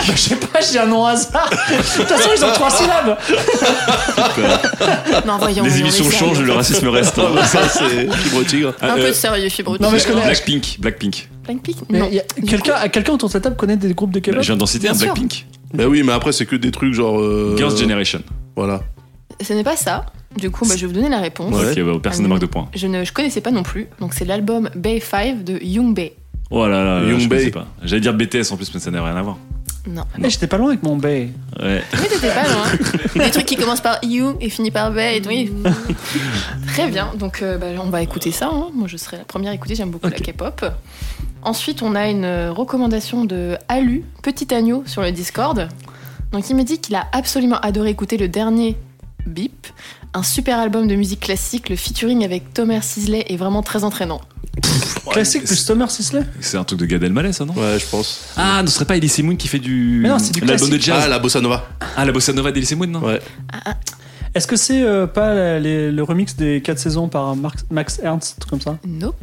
Je sais pas, j'ai un nom au hasard. De toute façon, ils ont trois syllabes.
Non, voyons.
Oh, Les
voyons,
émissions
les
changent,
sérieux.
le racisme reste. hein.
Ah bah, ça, c'est Fibre Tigre.
Un
Ah,
peu
euh,
de sérieux, fibre.
Non, mais je connais.
Blackpink, Blackpink.
Blackpink
Mais
Non.
y a- quelqu'un, à quelqu'un autour de cette table connaît des groupes de
Bah, Je
K-pop
viens d'en citer un,
Bien sûr.
Blackpink.
Bah oui, mais après, c'est que des trucs genre. euh,
Girls' Generation.
Voilà.
Ce n'est pas ça. Du coup, bah, je vais vous donner la réponse.
Ouais.
Ok, bah,
Ah,
personne ne marque de points.
Je ne je connaissais pas non plus. Donc, c'est l'album Bay 5 de Young Bay.
Oh là là, là,
Young
je
Bae.
sais pas. J'allais dire BTS en plus, mais ça n'a rien à voir.
Non.
Eh, J'étais pas loin avec mon Bay.
Ouais.
Mais t'étais pas loin. Des trucs qui commencent par you et finissent par bay. Et tout. Oui.
Mm.
Très bien. Donc euh, bah, on va écouter ça. hein. Moi je serai la première à écouter. J'aime beaucoup la K-pop. Ensuite on a une euh, recommandation de Alu Petit Agneau sur le Discord. Donc il me dit qu'il a absolument adoré écouter le dernier Bip. Un super album de musique classique, le featuring avec Thomas Sisley est vraiment très entraînant.
Classique plus Thomer Sisley
C'est un truc de Gad Elmaleh, ça, non
Ouais, je pense.
Ah, ne serait pas Elise Moon qui fait du.
Mais non, c'est du
L'album de
classique.
jazz.
Ah, la bossa nova.
Ah, la bossa nova d'Elise Moon, non
Ouais.
Est-ce que c'est euh, pas la- les- le remix des 4 saisons par Marx- Max Ernst, tout comme ça
Nope.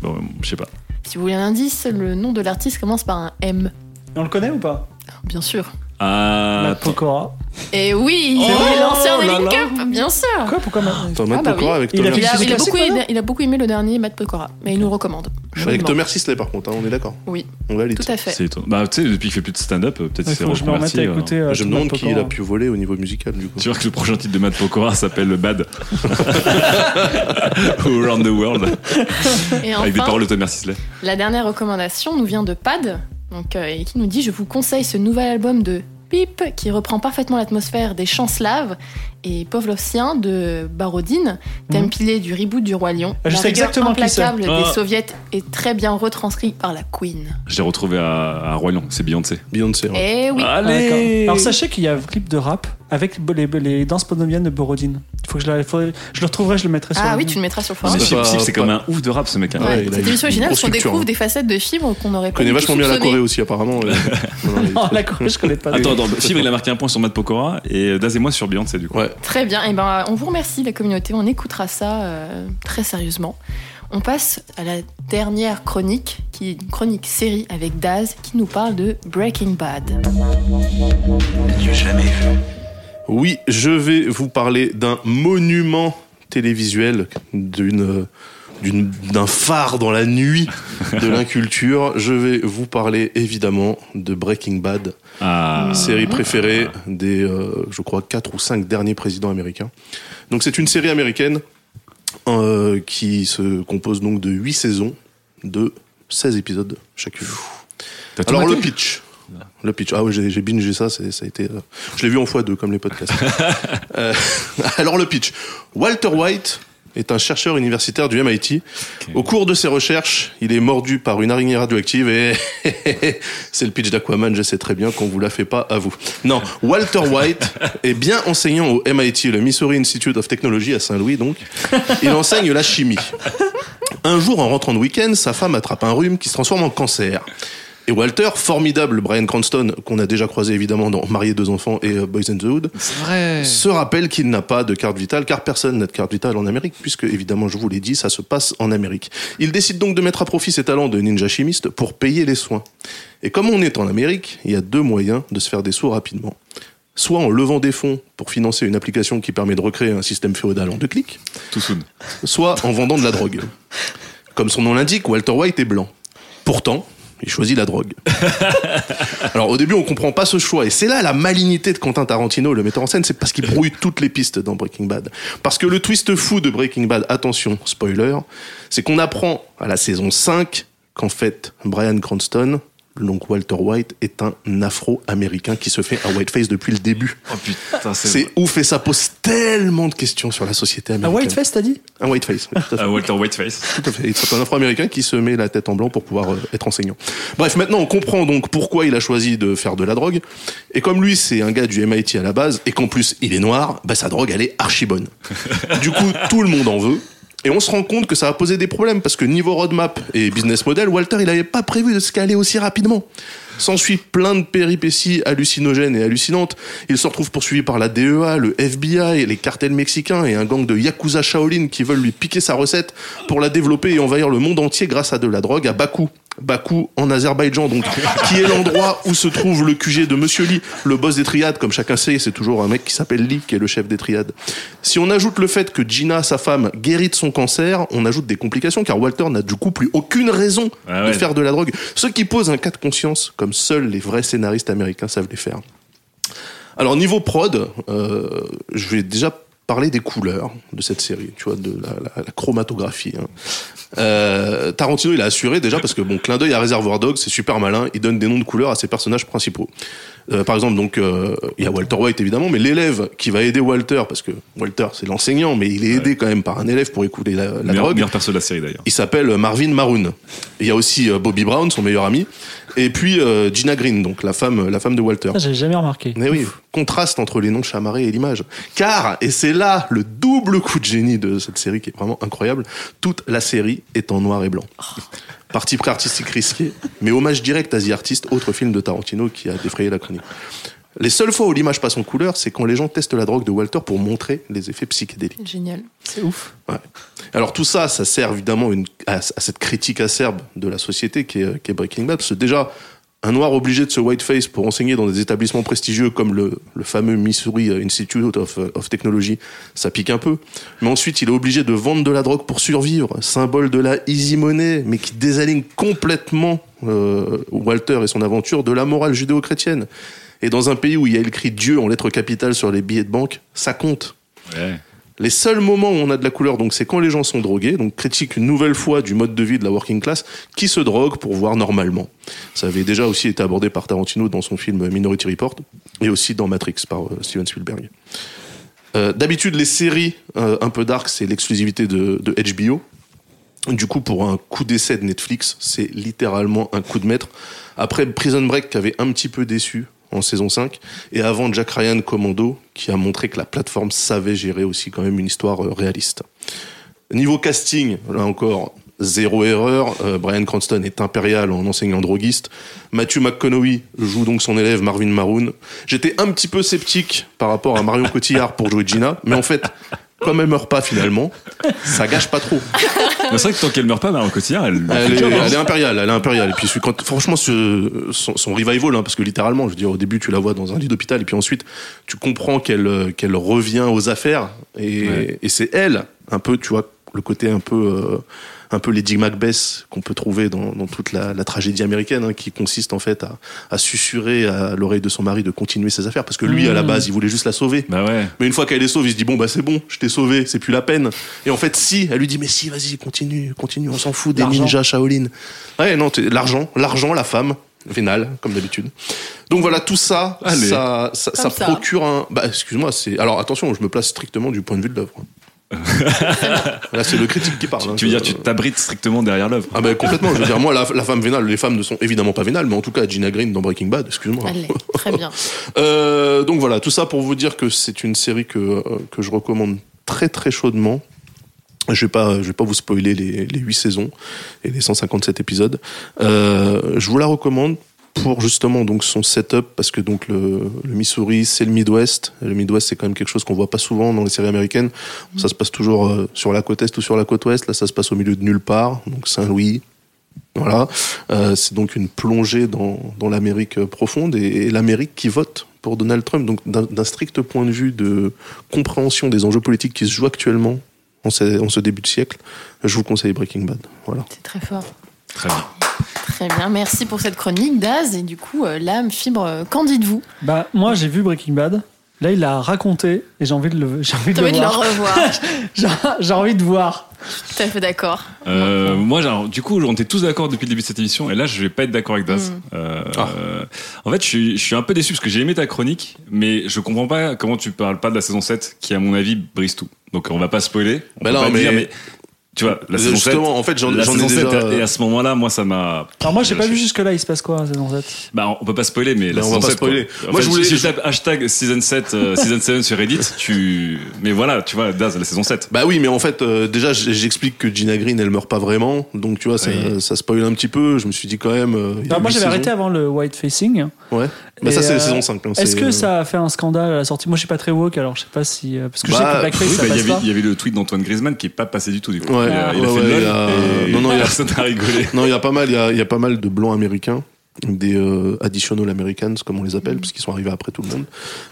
Bon, euh, je sais pas.
Si vous voulez un indice, le nom de l'artiste commence par un M.
Et on le connaît ou pas
Bien sûr.
La
Euh,
Ah,
Pokora.
Et oui,
C'est vrai
il l'ancien
Oh là
Daily
là.
Cup, bien sûr.
Quoi Pourquoi maintenant
Attends, Matt
Ah bah
Pokora
oui.
avec
Il a
Thomas.
fait-
Il a, il a
Classique,
beaucoup
alors
aimé, il a beaucoup aimé le dernier Matt Pokora, mais il nous le recommande.
Je suis Avec
Vivement.
Thomas Sisley, par contre, hein, on est d'accord.
Oui,
On valide.
tout à fait.
c'est étonnant. Bah, tu sais, depuis qu'il fait plus de stand-up, euh, peut-être
Il
qu'il s'est
faut que je me remette
reconverti.
à
euh,
écouter. euh,
hein. Je me
Thomas
demande qui il a
Pokora.
pu voler au niveau musical, du coup.
Tu vois que le prochain titre de Matt Pokora s'appelle Bad All Around the World
Et
Ah,
avec des
enfin,
paroles de Thomas Sisley.
la dernière recommandation nous vient de Pad, donc, euh, et qui nous dit Je vous conseille ce nouvel album de Pip, qui reprend parfaitement l'atmosphère des chants slaves et Pavlovsien de Barodine, thème pilé du reboot du Roi Lion.
Ah, je
la
sais
rigueur
exactement qui c'est.
implacable des
Ah.
soviets est très bien retranscrit par la Queen.
Je l'ai retrouvé à, à Royan, c'est Beyoncé.
Beyoncé. ouais.
Eh oui,
Ah, d'accord. Alors sachez qu'il y a un clip de rap avec les, les danses ponomiennes de Borodine. Il faut que je, la, faudrait- je le retrouverai, je le mettrai sur
ah
le-
oui, tu le mettras sur le forum.
Non, mais
C'est
Chip,
pas-
Chip, c'est
pas-
comme un ouf de rap ce mec. hein.
Ouais,
Ouais,
il a
cette
eu
émission est
une
géniale parce qu'on
grosse culture,
découvre
hein.
des facettes de fibres qu'on n'aurait
Je
pas
connais
du tout
vachement bien la
soupçonnées.
Corée aussi, apparemment. Non, non, il est-
Non, Oh, la Corée, je connais pas.
Attends, attends, Fibre il a marqué un point sur Matt Pokora et euh, Daz et moi sur Beyoncé du coup.
Ouais,
Ouais.
Très bien. Et ben, on vous remercie, la communauté. On écoutera ça euh, très sérieusement. On passe à la dernière chronique, qui est une chronique série avec Daz, qui nous parle de Breaking Bad.
N'as-tu jamais vu
Oui, je vais vous parler d'un monument télévisuel, d'une euh, d'une- d'un phare dans la nuit de l'inculture. Je vais vous parler évidemment de Breaking Bad,
Ah,
série préférée des, euh, je crois, quatre ou cinq derniers présidents américains. Donc c'est une série américaine euh, qui se compose donc de huit saisons de 16 épisodes chacune.
t'as tout
Alors
maté
le pitch. Le pitch. Ah oui, j'ai j'ai bingé ça, c'est- ça a été. euh, je l'ai vu en fois deux, comme les podcasts. Euh, alors le pitch. Walter White est un chercheur universitaire du MIT. Au cours de ses recherches, il est mordu par une araignée radioactive et c'est le pitch d'Aquaman, je sais très bien qu'on vous la fait pas à vous. Non, Walter White est bien enseignant au MIT, le Missouri Institute of Technology à Saint-Louis donc. Il enseigne la chimie. Un jour, en rentrant de week-end, sa femme attrape un rhume qui se transforme en cancer. Et Walter, formidable Brian Cranston, qu'on a déjà croisé évidemment dans Marié deux enfants et euh, Boys and the Hood, se rappelle qu'il n'a pas de carte vitale, car personne n'a de carte vitale en Amérique, puisque évidemment, je vous l'ai dit, ça se passe en Amérique. Il décide donc de mettre à profit ses talents de ninja chimiste pour payer les soins. Et comme on est en Amérique, il y a deux moyens de se faire des sous rapidement. Soit en levant des fonds pour financer une application qui permet de recréer un système féodal en deux clics,
Tout soon.
soit en vendant de la drogue. Comme son nom l'indique, Walter White est blanc. Pourtant, il choisit la drogue. Alors au début, on comprend pas ce choix, et c'est là la malignité de Quentin Tarantino, le metteur en scène, c'est parce qu'il brouille toutes les pistes dans Breaking Bad. Parce que le twist fou de Breaking Bad, attention, spoiler, c'est qu'on apprend à la saison 5 qu'en fait, Brian Cranston, donc Walter White, est un afro-américain qui se fait un whiteface depuis le début.
Oh putain, c'est.
C'est ouf, et ça pose tellement de questions sur la société
Un
américaine.
Whiteface, Ah, t'as dit
Un whiteface, oui, tout à fait.
Ah, Walter Whiteface.
Tout à fait. C'est un afro-américain qui se met la tête en blanc pour pouvoir euh, être enseignant. Bref, maintenant on comprend donc pourquoi il a choisi de faire de la drogue. Et comme lui, c'est un gars du MIT à la base, et qu'en plus il est noir, bah, sa drogue elle est archi bonne. du coup, tout le monde en veut. Et on se rend compte que ça a posé des problèmes parce que niveau roadmap et business model, Walter il n'avait pas prévu de se caler aussi rapidement. S'ensuit plein de péripéties hallucinogènes et hallucinantes. Il se retrouve poursuivi par la DEA, le FBI, les cartels mexicains et un gang de Yakuza Shaolin qui veulent lui piquer sa recette pour la développer et envahir le monde entier grâce à de la drogue à Bakou. Bakou en Azerbaïdjan, donc, qui est l'endroit où se trouve le QG de Monsieur Lee, le boss des triades, comme chacun sait, c'est toujours un mec qui s'appelle Lee qui est le chef des triades. Si on ajoute le fait que Gina, sa femme, guérit de son cancer, on ajoute des complications car Walter n'a du coup plus aucune raison
Ah
de
ouais.
faire de la drogue. Ce qui pose un cas de conscience comme seuls les vrais scénaristes américains savent les faire. Alors niveau prod, euh, je vais déjà parler des couleurs de cette série, tu vois, de la, la- la chromatographie. hein. Euh, Tarantino, il a assuré déjà parce que bon, clin d'œil à Reservoir Dogs, c'est super malin. Il donne des noms de couleurs à ses personnages principaux. Euh, par exemple, donc euh, il y a Walter White évidemment, mais l'élève qui va aider Walter parce que Walter c'est l'enseignant, mais il est aidé quand même par un élève pour écouler la, la
meilleur,
drogue.
meilleur perso de la série d'ailleurs.
Il s'appelle Marvin Maroon. Il y a aussi euh, Bobby Brown, son meilleur ami, et puis euh, Gina Green, donc la femme, la femme de Walter.
Ah,
J'ai jamais remarqué.
Mais oui, contraste entre les noms chamarrés et l'image. Car, et c'est là le double coup de génie de cette série qui est vraiment incroyable, toute la série est en noir et blanc. Parti pré artistique risqué, mais hommage direct à The Artist, autre film de Tarantino qui a défrayé la chronique. Les seules fois où l'image passe en couleur, c'est quand les gens testent la drogue de Walter pour montrer les effets psychédéliques.
Génial.
C'est ouf.
Ouais. Alors tout ça, ça sert évidemment une- à, à cette critique acerbe de la société qui est, euh, qui est Breaking Bad. Parce que déjà, un noir obligé de se whiteface pour enseigner dans des établissements prestigieux comme le, le fameux Missouri euh, Institute of, of Technology, ça pique un peu. Mais ensuite, il est obligé de vendre de la drogue pour survivre, symbole de la easy money, mais qui désaligne complètement euh, Walter et son aventure de la morale judéo-chrétienne. Et dans un pays où il y a écrit Dieu en lettres capitales sur les billets de banque, ça compte.
Ouais.
Les seuls moments où on a de la couleur, donc c'est quand les gens sont drogués, donc critique une nouvelle fois du mode de vie de la working class qui se drogue pour voir normalement. Ça avait déjà aussi été abordé par Tarantino dans son film Minority Report et aussi dans Matrix par euh, Steven Spielberg. Euh, D'habitude, les séries euh, un peu dark, c'est l'exclusivité de, de HBO. Du coup, pour un coup d'essai de Netflix, c'est littéralement un coup de maître. Après Prison Break, qui avait un petit peu déçu en saison 5, et avant Jack Ryan Commando, qui a montré que la plateforme savait gérer aussi quand même une histoire euh, réaliste. Niveau casting, là encore, zéro erreur. Euh, Brian Cranston est impérial en enseignant droguiste. Matthew McConaughey joue donc son élève Marvin Maroon. J'étais un petit peu sceptique par rapport à Marion Cotillard pour jouer Gina, mais en fait, comme elle meurt pas finalement, ça gâche pas trop.
Mais Bah, C'est vrai que tant qu'elle meurt pas, Marion Cotillard, elle.
Elle est, elle est impériale, elle est impériale. Et puis celui- quand, franchement, ce- son, son revival, hein, parce que littéralement, je veux dire, au début, tu la vois dans un lit d'hôpital, et puis ensuite, tu comprends qu'elle euh, qu'elle revient aux affaires, et, et c'est elle, un peu, tu vois, le côté un peu, euh, un peu Lady Macbeth qu'on peut trouver dans, dans toute la, la tragédie américaine, hein, qui consiste en fait à, à susurrer à l'oreille de son mari de continuer ses affaires, parce que lui, à la base, il voulait juste la sauver.
Bah ouais.
Mais une fois qu'elle est sauve, il se dit bon bah c'est bon, je t'ai sauvé, c'est plus la peine. Et en fait si, elle lui dit mais si vas-y continue, continue, on s'en fout des
L'argent.
ninjas Shaolin. Ouais non t'es- l'argent, l'argent, la femme, vénale comme d'habitude. Donc voilà tout ça,
Allez.
ça, ça, ça
Comme ça.
procure un. Bah excuse-moi c'est alors attention je me place strictement du point de vue de l'œuvre. Là c'est le critique qui parle. hein.
Tu veux dire, tu t'abrites strictement derrière l'œuvre.
Ah ben complètement, je veux dire moi la, la femme vénale, les femmes ne sont évidemment pas vénales, mais en tout cas Gina Green dans Breaking Bad,
Oh.
excuse-moi.
Allez, très bien.
Euh, donc voilà, tout ça pour vous dire que c'est une série que, euh, que je recommande très très chaudement. Je vais pas, je vais pas vous spoiler les, les 8 saisons et les 157 épisodes. Euh, je vous la recommande pour justement donc son setup parce que donc le, le Missouri c'est le Midwest. Le Midwest c'est quand même quelque chose qu'on voit pas souvent dans les séries américaines. Ça se passe toujours euh, sur la côte est ou sur la côte ouest. Là ça se passe au milieu de nulle part. Donc Saint-Louis, voilà, Euh, c'est donc une plongée dans, dans l'Amérique profonde et, et l'Amérique qui vote pour Donald Trump. Donc d'un d'un strict point de vue de compréhension des enjeux politiques qui se jouent actuellement en ce, en ce début de siècle, je vous conseille Breaking Bad. Voilà.
C'est très fort.
ah,
Très bien.
Très bien, merci pour cette chronique, Daz. Et du coup, euh, l'âme, fibre, euh, qu'en dites-vous
Bah, moi, j'ai vu Breaking Bad. Là, il l'a raconté et j'ai envie de le, j'ai envie de
T'as
le
envie de la
voir.
revoir, je
J'ai j'ai envie de voir.
suis tout à fait d'accord.
ah,
Euh, moi, genre, du coup, on était tous d'accord depuis le début de cette émission, et là, je vais pas être d'accord avec Das.
Mm.
Euh,
Ah.
euh, en fait, je suis, je suis un peu déçu parce que j'ai aimé ta chronique, mais je comprends pas comment tu parles pas de la saison 7, qui, à mon avis, brise tout. Donc, on va pas spoiler. On
Bah
peut
non,
pas
mais-
dire, tu vois, la saison 7.
Justement, en fait, j'en
la
j'en ai
saison
déjà. euh,
7, et à ce moment-là, moi, ça m'a.
Alors, moi, j'ai pas vu jusque-là, il se passe quoi, saison 7
Bah, on peut pas spoiler, mais la
on
saison
va pas
7,
spoiler.
quoi. En
Moi,
fait,
je voulais-
Si je tape hashtag season 7, euh, season 7 sur Reddit, tu. Mais voilà, tu vois, Daz, la saison 7.
Bah oui, mais en fait, euh, déjà, j- j'explique que Gina Green, elle meurt pas vraiment, donc tu vois, ça,
Oui.
ça spoil un petit peu. Je me suis dit quand même. euh, il y a
Bah, Moi,
huit
j'avais arrêté
saisons.
avant le white facing.
Ouais. Bah,
Et,
ça, c'est
euh,
la saison 5.
Est-ce que ça a fait un scandale à la sortie Moi, je suis pas très woke, alors je sais pas si. euh, Parce que je sais
Bah,
que Blackface,
oui,
ça
Bah, il y
passe
avait-
pas.
il y avait le tweet d'Antoine Griezmann qui est pas passé du tout, du coup.
Ouais. Ah,
il a, il a
Ouais, ouais,
fait le lol.
il a-
et
non, non, il a-
personne n'a rigolé.
Non, il y a pas mal, il y a, il y a pas mal de blancs américains, des euh, additional Americans comme on les appelle, parce qu'ils sont arrivés après tout le monde,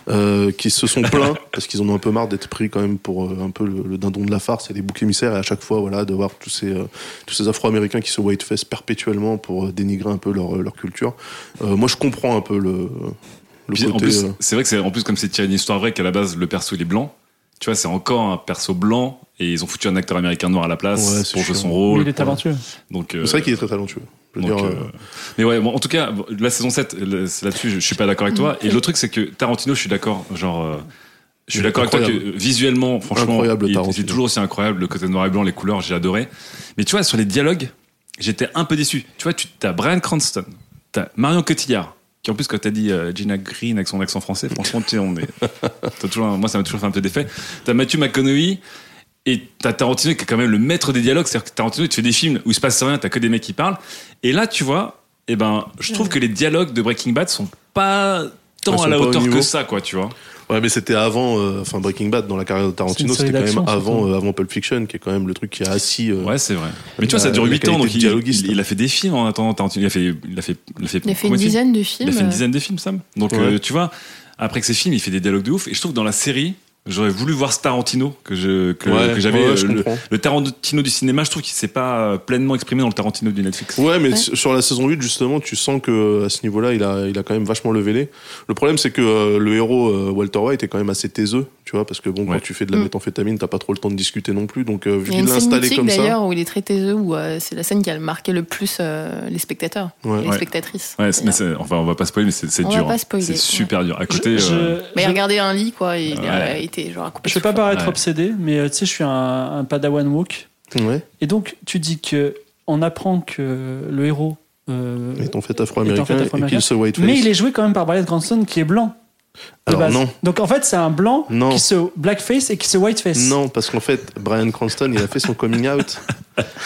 euh, qui se sont plaints parce qu'ils en ont un peu marre d'être pris quand même pour euh, un peu le, le dindon de la farce et les boucs émissaires et à chaque fois voilà d'avoir tous ces euh, tous ces Afro-Américains qui se whiteface perpétuellement pour euh, dénigrer un peu leur, leur culture. Euh, moi, je comprends un peu le le
Puis,
côté.
en plus,
euh,
c'est vrai que c'est en plus comme c'est tiré d'une histoire vraie qu'à la base le perso il est blanc. Tu vois, c'est encore un perso blanc et ils ont foutu un acteur américain noir à la place
Ouais, c'est
pour jouer
chiant.
son
Mais
rôle.
il est talentueux.
Donc euh,
c'est vrai qu'il est très talentueux. Je veux
donc,
dire,
euh,
euh,
Mais ouais, bon, en tout cas, bon, la saison 7, là- c'est là-dessus, je, je suis pas d'accord avec toi. Et le truc, c'est que Tarantino, je suis d'accord. Genre, euh, je suis
Il est
d'accord avec toi que
incroyable.
euh, visuellement, franchement,
Incroyable,
il- il, est
Tarantino.
toujours aussi incroyable. Le côté noir et blanc, les couleurs, j'ai adoré. Mais tu vois, sur les dialogues, j'étais un peu déçu. Tu vois, tu as Brian Cranston, t'as Marion Cotillard, qui en plus, quand t'as dit euh, Gina Green avec son accent français, franchement, tu sais, on est. t'as toujours un- moi, ça m'a toujours fait un peu d'effet. T'as Matthew McConaughey. Et t'as Tarantino qui est quand même le maître des dialogues, c'est-à-dire que Tarantino, il te fait des films où il se passe rien, t'as que des mecs qui parlent. Et là, tu vois, eh ben, je trouve que les dialogues de Breaking Bad sont pas tant
Ils sont
à la
pas au
hauteur que
niveau.
ça, quoi, tu vois.
Ouais, mais c'était avant, euh, enfin Breaking Bad dans la carrière de Tarantino,
C'est une série
c'était quand même
d'action,
avant,
surtout.
euh, avant Pulp Fiction, qui est quand même le truc qui a assis. euh,
Ouais, c'est vrai. Mais tu
La-
vois, ça dure
la
8
qualité
ans, donc
de
il,
dialoguiste.
il- il a fait des films en attendant. Tarantino, il a fait, il a fait, il a fait,
Il a fait une
combien de films
dizaine de films.
Il a fait une
euh,
dizaine de films, Sam. Donc,
Ouais.
euh, tu vois, après que ces films, il fait des dialogues de ouf. Et je trouve que dans la série, j'aurais voulu voir ce Tarantino que je, que,
Ouais,
que j'avais.
ouais,
euh,
je
le,
comprends.
le Tarantino du cinéma, je trouve qu'il s'est pas euh, pleinement exprimé dans le Tarantino du Netflix.
Ouais, mais
Ouais.
sur sur la saison 8, justement, tu sens que euh, à ce niveau-là, il a, il a quand même vachement le vélé. Le problème, c'est que euh, le héros euh, Walter White est quand même assez taiseux, tu vois, parce que bon,
Ouais.
quand tu fais de la
Mm.
méthamphétamine, t'as pas trop le temps de discuter non plus. Donc, euh,
Il y
vu
a
qu'il
une
l'a
scène
installé
mythique
comme ça.
d'ailleurs où il est très taiseux, où euh, c'est la scène qui a marqué le plus euh, les spectateurs,
Ouais.
les
Ouais.
spectatrices.
Ouais, c'est- mais
d'ailleurs.
c'est- enfin, on va pas spoiler, mais c'est c'est
On
dur.
va pas
hein.
spoiler,
C'est
ouais.
super dur. À côté,
Je- je-
euh,
Mais
je-
regarder un lit, quoi, il
Ouais.
a été genre à couper
Je
le
vais pas
souffle.
paraître
Ouais.
obsédé, mais euh, tu sais, je suis un, un padawan woke.
Ouais,
Et donc, tu dis que on apprend que le héros. euh,
est en fait afro-américain
Est en fait
et
afro-américain.
qu'il se whiteface.
mais il est joué quand même par Brian Cranston qui est blanc. de
Alors
base.
non.
Donc en fait, c'est un blanc
Non.
qui se blackface et qui se whiteface.
Non, parce qu'en fait, Brian Cranston, il a fait son coming out.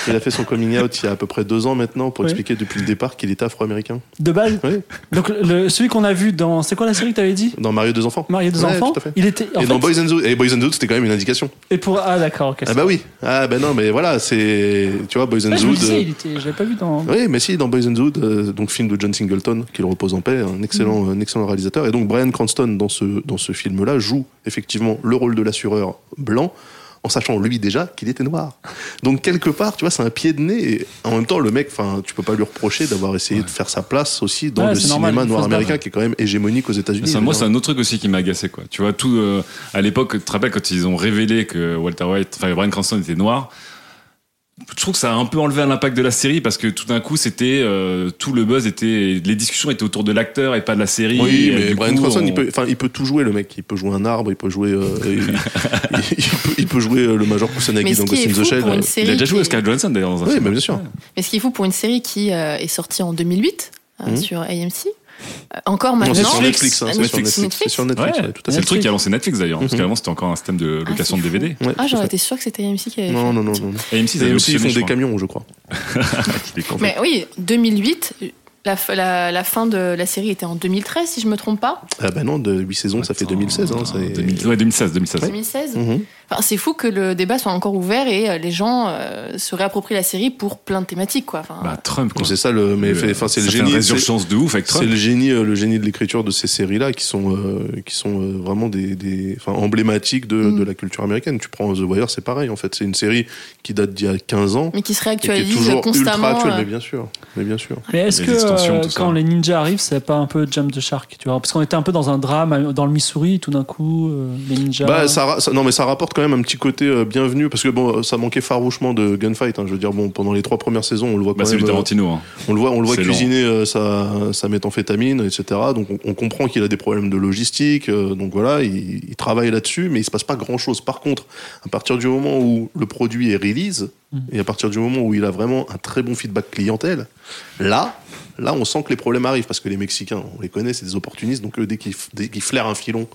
Il a fait son coming out il y a à peu près deux ans maintenant pour
Oui.
expliquer depuis le départ qu'il était afro-américain.
De base.
Oui.
Donc le- celui qu'on a vu dans. C'est quoi la série que t'avais dit
Dans Mario deux enfants.
Marié deux
Ouais,
enfants.
tout à fait.
Il était. en
Et
fait,
dans Boys and Zoo, et Boys and Zoo, c'était quand même une indication.
Et pour ah d'accord. ok.
Ah bah oui. Ah bah non, mais voilà, c'est tu vois Boys
Ouais,
and
je me
Zoo.
disais, il était. Je l'avais pas vu dans.
Oui, mais si, dans Boys and Zood, euh, donc film de John Singleton, qu'il repose en paix, un excellent,
Mm.
un excellent réalisateur. Et donc Brian Cranston, dans ce, dans ce film-là, joue effectivement le rôle de l'assureur blanc, en sachant lui déjà qu'il était noir. Donc quelque part, tu vois, c'est un pied de nez. Et en même temps, le mec, enfin, tu peux pas lui reprocher d'avoir essayé de faire sa place aussi dans
Ouais,
le
c'est
cinéma
normal, faut
noir
se battre.
américain qui est quand même hégémonique aux États-Unis.
Ça, moi,
Je
c'est
veux
un autre truc aussi qui m'a agacé, quoi. Tu vois, tout euh, à l'époque, tu te rappelles quand ils ont révélé que Walter White, enfin Brian Cranston était noir. Je trouve que ça a un peu enlevé à l'impact de la série parce que tout d'un coup, c'était euh, tout le buzz était, les discussions étaient autour de l'acteur et pas de la série.
dire. oui,
Et
mais
euh, du
Brian
coup,
Cranston,
on-
il, peut, enfin, il peut tout jouer, le mec. Il peut jouer un arbre, il peut jouer, euh, il, il peut, il peut jouer euh, le Major
Mais
Kusanagi
ce
dans
qui
Ghost
est
in
fou
the Shell.
pour une
Il
série
a déjà joué
qui-
à Scarlett Johnson d'ailleurs dans un
Oui,
film.
mais bien sûr.
Mais ce qu'il faut pour une série qui euh, est sortie en 2008 euh,
Mhm.
sur AMC, euh, encore
Non, c'est
maintenant.
sur Netflix. hein,
Ah,
c'est sur
Netflix.
Netflix, c'est sur Netflix,
Ouais.
ouais, tout à
C'est
fait.
le truc qui a lancé Netflix d'ailleurs, parce
Mhm.
qu'avant c'était encore un système de
Ah,
location
c'est
de DVD.
Ouais, tout
Ah,
à
j'aurais
fait.
été sûre que c'était AMC qui avait
Non,
fait.
non, non, non.
Et AMC, ils avaient
Même s'ils
optionné,
font
je
des
crois.
camions, je crois.
Mais oui, 2008, la, f- la- la fin de la série était en 2013, si je me trompe pas.
Ah bah non, de 8 saisons, ça fait 2016. Hein, c'est-
2000 ouais, 2016, 2016.
2016.
Mhm.
Enfin, c'est fou que le débat soit encore ouvert et euh, les gens euh, se réapproprient la série pour plein de thématiques, quoi. Enfin,
Bah, Trump, quoi. Euh,
C'est ça le, mais fait- enfin, c'est le
bah, Ça fait une
génie. c'est-
résurgence de ouf avec
C'est
Trump.
le génie, euh, le génie de l'écriture de ces séries-là qui sont, euh, qui sont euh, vraiment des, des enfin, emblématiques de,
Mm.
de la culture américaine. Tu prends The Wire, c'est pareil en fait. C'est une série qui date d'il y a 15 ans
mais qui se
et qui est
réactualise
toujours ultra
constamment.
actuelle.
euh,
Mais bien sûr, mais bien sûr.
Mais est-ce
Les
que
extensions,
euh,
tout ça.
quand les ninjas arrivent, c'est pas un peu Jump the Shark, tu vois Parce qu'on était un peu dans un drame euh, dans le Missouri, tout d'un coup, euh, les ninjas.
Bah, ça, ra- ça- non, mais ça rapporte quand même un petit côté euh, bienvenu parce que bon, ça manquait farouchement de gunfight. hein. je veux dire, bon, pendant les trois premières saisons, on le voit quand
Bah, c'est
même.
du
euh,
Tarantino. hein.
On le voit, on le voit
C'est
cuisiner euh, sa, sa méthamphétamine, etc. Donc on, on comprend qu'il a des problèmes de logistique. euh, donc voilà, il, il travaille là-dessus, mais il se passe pas grand-chose. Par contre, à partir du moment où le produit est release et à partir du moment où il a vraiment un très bon feedback clientèle, là, là, on sent que les problèmes arrivent parce que les Mexicains, on les connaît, c'est des opportunistes. Donc eux, dès qu'ils f- dès qu'ils flairent un filon,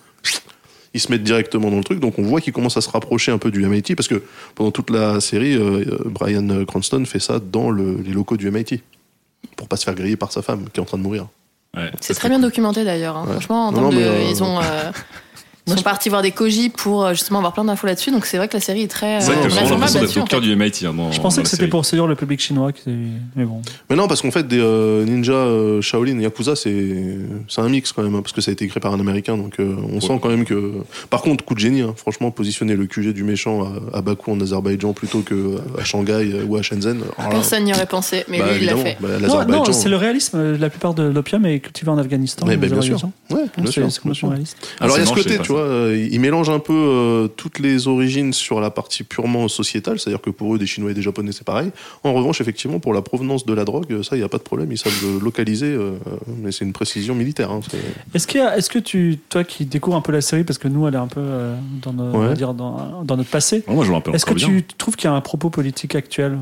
ils se mettent directement dans le truc. Donc on voit qu'ils commencent à se rapprocher un peu du MIT parce que pendant toute la série, euh, euh, Brian Cranston fait ça dans le- les locaux du MIT pour pas se faire griller par sa femme qui est en train de mourir.
Ouais.
C'est très bien documenté d'ailleurs. hein.
Ouais.
Franchement, en
Non,
termes
non,
de-
mais, euh,
ils ont. euh, Ils sont partis voir des Koji pour euh, justement avoir plein d'infos là-dessus, donc c'est vrai que la série est très
C'est
euh,
Bah,
vrai que
Ouais,
j'ai
vraiment,
vraisemblable
l'impression d'être
là-dessus.
au
en fait.
cœur du MIT. hein, dans-
je pensais
dans
que
la
c'était
série.
pour séduire le public chinois. qui- Mais bon.
Mais non, parce qu'en fait, des euh, ninjas euh, Shaolin et Yakuza, c'est c'est un mix quand même, hein, parce que ça a été écrit par un Américain, donc euh, on sent quand même que. Par contre, coup de génie, hein, franchement, positionner le QG du méchant à, à Bakou en Azerbaïdjan plutôt que à Shanghai euh, ou à Shenzhen. alors là,
Personne n'y aurait pensé, mais
bah,
lui il l'a
évidemment,
fait.
bah,
Non,
l'Azerbaïdjan.
non c'est le réalisme. euh, La plupart de l'opium est cultivé en Afghanistan.
Mais,
en
bah, bien sûr.
Azerbaïdjan. Ah,
Ouais, bien sûr,
C'est- C'est
bien
complètement
sûr.
réaliste.
Ah,
Alors il y a
c'est
ce
marrant, je
côté,
savais
tu
pas
vois, euh, il mélange un peu euh, toutes les origines sur la partie purement sociétale, c'est-à-dire que pour eux, des Chinois et des Japonais, c'est pareil. En revanche, effectivement, pour la provenance de la drogue, euh, ça, il n'y a pas de problème, ils savent le localiser, euh, mais c'est une précision militaire. hein, c'est-
Est-ce qu'il y a- est-ce que tu, toi qui découvres un peu la série, parce que nous, elle est un peu euh, dans, nos- on va
Ouais.
dire, dans, dans notre passé,
Ouais, Moi, je me rappelle
est-ce que
encore bien.
tu trouves qu'il y a un propos politique actuel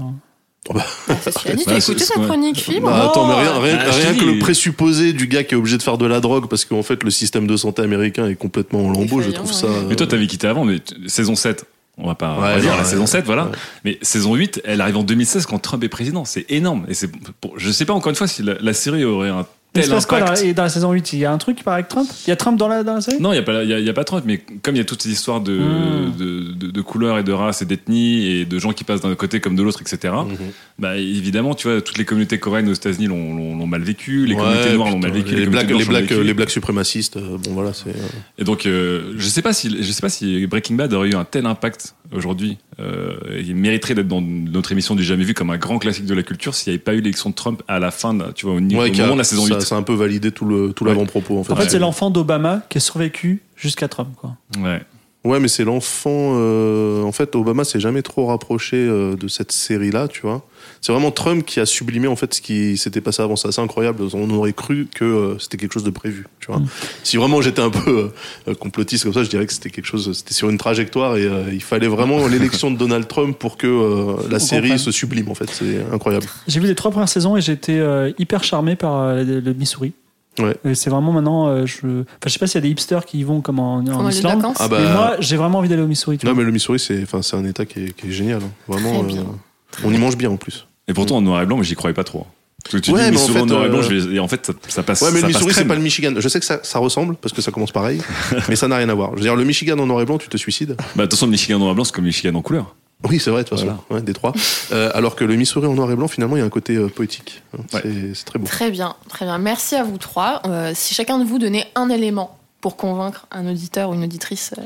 Ah, ça, tu l'as dit,
Ouais,
tu as écouté
c'est-
sa
ouais.
chronique fibre
Bah, attends, mais rien,
Oh,
rien-
bah, je
rien
te
que le
dis.
présupposé du gars qui est obligé de faire de la drogue, parce qu'en fait, le système de santé américain est complètement en lambeaux, je
Effrayant,
trouve
ouais.
ça...
Mais toi,
euh,
t'avais quitté avant, mais t- saison 7. On va pas on va
Ouais,
dire
non,
la
ouais,
saison 7, voilà.
ouais.
Mais saison 8, elle arrive en 2016 quand Trump est président. C'est énorme. Et c'est pour- je sais pas encore une fois si la, la série aurait un
Il se
tel
passe quoi dans
impact.
la, et dans la saison 8 Il y a un truc qui part avec Trump Il y a Trump dans la, dans la série
Non, il n'y a, pas- y a- y a pas Trump, mais comme il y a toutes ces histoires de,
Hmm.
de, de- de couleurs et de races et d'ethnies et de gens qui passent d'un côté comme de l'autre, etc.,
Mhm.
bah, évidemment, tu vois, toutes les communautés coréennes aux États-Unis l'ont- l'ont l'ont mal vécu, les
ouais,
communautés noires l'ont
putain,
mal vécu,
les,
communautés
blacks, les,
blanches l'ont mal
blacks,
vécu.
les blacks suprémacistes, euh, bon voilà, c'est... euh,
Et donc, euh, je sais pas si je sais pas si Breaking Bad aurait eu un tel impact aujourd'hui. Euh, il mériterait d'être dans notre émission du jamais vu comme un grand classique de la culture s'il n'y avait pas eu l'élection de Trump à la fin, de- tu vois, au, niveau,
ouais,
au
qui a-
moment de la saison
ça-
8.
Ça a un peu validé tout le- tout
Ouais.
l'avant-propos, en fait.
En fait,
Ouais.
c'est l'enfant d'Obama qui a survécu jusqu'à Trump. Quoi.
Ouais.
Ouais, mais c'est l'enfant. euh, en fait, Obama s'est jamais trop rapproché euh, de cette série-là, tu vois. C'est vraiment Trump qui a sublimé en fait ce qui s'était passé avant. C'est assez incroyable. On aurait cru que euh, c'était quelque chose de prévu, tu vois. Si vraiment j'étais un peu euh, complotiste comme ça, je dirais que c'était quelque chose. C'était sur une trajectoire et euh, il fallait vraiment l'élection de Donald Trump pour que euh, la
On
série
comprenne.
se sublime. En fait, c'est incroyable.
J'ai vu les trois premières saisons et j'étais euh, hyper charmé par euh, le Missouri.
Ouais.
Et C'est vraiment maintenant. euh, je... Enfin, je sais pas s'il y a des hipsters qui y vont comme en, en
Pendant les
Islande.
vacances.
Ah bah,
Mais moi, j'ai vraiment envie d'aller au Missouri. Tu
non,
vois.
mais le Missouri, c'est enfin, c'est un état qui est, qui est génial. hein. Vraiment,
Très bien.
euh, on y mange bien en plus.
Et pourtant, en noir et blanc, mais j'y croyais pas trop. Tu, tu
Mm. Ouais,
dis, mais,
mais en
souvent en
fait,
noir et blanc,
euh,
je vais- et en fait, ça, ça passe.
Ouais, mais
ça
le
passe
Missouri, c'est
crème.
pas le Michigan. Je sais que ça, ça ressemble, parce que ça commence pareil, mais ça n'a rien à voir. Je veux dire, le Michigan en noir et blanc, tu te suicides.
Bah, attention, le Michigan en noir et blanc, c'est comme le Michigan en couleur.
Oui, c'est vrai, de toute façon. Ouais, des trois. Euh, alors que le Missouri en noir et blanc, finalement, il y a un côté euh, poétique. hein.
Ouais.
C'est- C'est très beau.
Très bien, très bien. Merci à vous trois. Euh, si chacun de vous donnait un élément pour convaincre un auditeur ou une auditrice euh,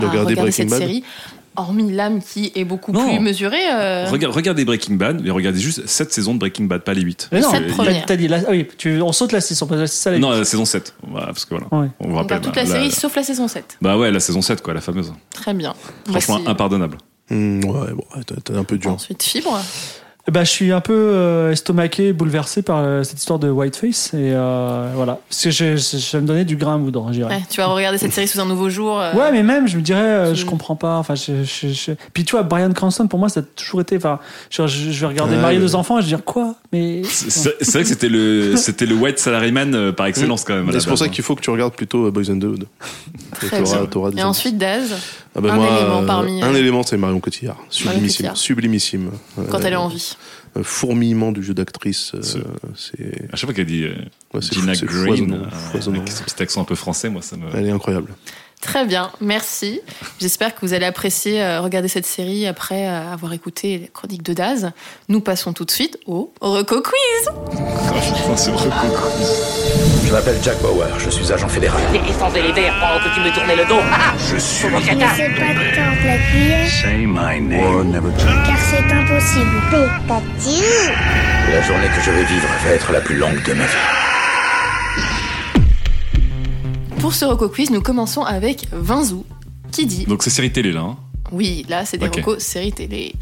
De
à
regarder
regarder
Breaking
cette
Bad.
série, hormis l'âme qui est beaucoup
Non.
plus mesurée, euh,
Regarde- regardez Breaking Bad, mais regardez juste 7 saisons de Breaking Bad, pas les 8.
Mais non,
Cette
t'as-
première.
t'as dit la- ah oui, tu, on saute la 6, on passe la 6 à la
Non, la saison 7. Voilà, parce que voilà.
Ouais.
On vous
on
rappelle.
regarde toute la
bah,
série Bah, sauf la saison 7.
Bah ouais, la saison 7, quoi, la fameuse.
Très bien.
Franchement,
Voici
impardonnable.
Hmm, ouais, bon, t'es- t'es un peu dur.
Ensuite, Fibre.
Bah, je suis un peu euh, estomaqué, bouleversé par euh, cette histoire de Whiteface. Et euh, voilà. Parce que je, je- ça me donnait du grain à moudre, hein, je dirais.
Ouais, tu vas regarder cette série sous un nouveau jour. euh,
Ouais, mais même, je me dirais, euh, je
Hmm.
comprends pas. Enfin, je, je- je- Puis tu vois, Brian Cranston, pour moi, ça a toujours été. Enfin, je, je- je vais regarder
Ouais,
Marier
ouais.
deux enfants et je vais dire quoi Mais.
C'est c'est vrai que c'était le, c'était le white salaryman euh, par excellence, quand même. à la
Mm. Et C'est pour
base,
ça
hein.
qu'il faut que tu regardes plutôt euh, Boys and the Hood. Et
Très
t'auras-
bien.
t'auras des
Et
amis.
ensuite, Daz,
Ah bah
un
moi,
élément
euh,
parmi,
Un
euh,
élément, c'est Marion Cotillard. Sublimissime.
Cotillard.
Sublimissime.
quand
Euh,
elle est en vie.
euh, Fourmillement du jeu d'actrice. euh,
C'est-
C'est.
À chaque fois qu'elle dit euh,
ouais, c'est
Gina
fou- c'est
Green,
foisonnant,
euh,
foisonnant.
avec son petit accent un peu français, moi, ça me.
Elle est incroyable.
Très bien, merci. J'espère que vous allez apprécier euh, regarder cette série après euh, avoir écouté les chroniques de Daz. Nous passons tout de suite au Reco Quiz.
Franchement, c'est vraiment-
Je m'appelle Jack Bauer, je suis agent fédéral.
Les essences et les verres pendant que tu me tournais le dos. Ah
Je suis.
Mon
Mais
caca
c'est pas tant la cuillère,
Say my name.
car c'est impossible. Pépatine
La journée que je vais vivre va être la plus longue de ma vie.
Pour ce Reco Quiz, nous commençons avec Vinzou, qui dit
Donc, c'est série télé, là. hein.
Oui, là, c'est des
Ok.
recos séries télé.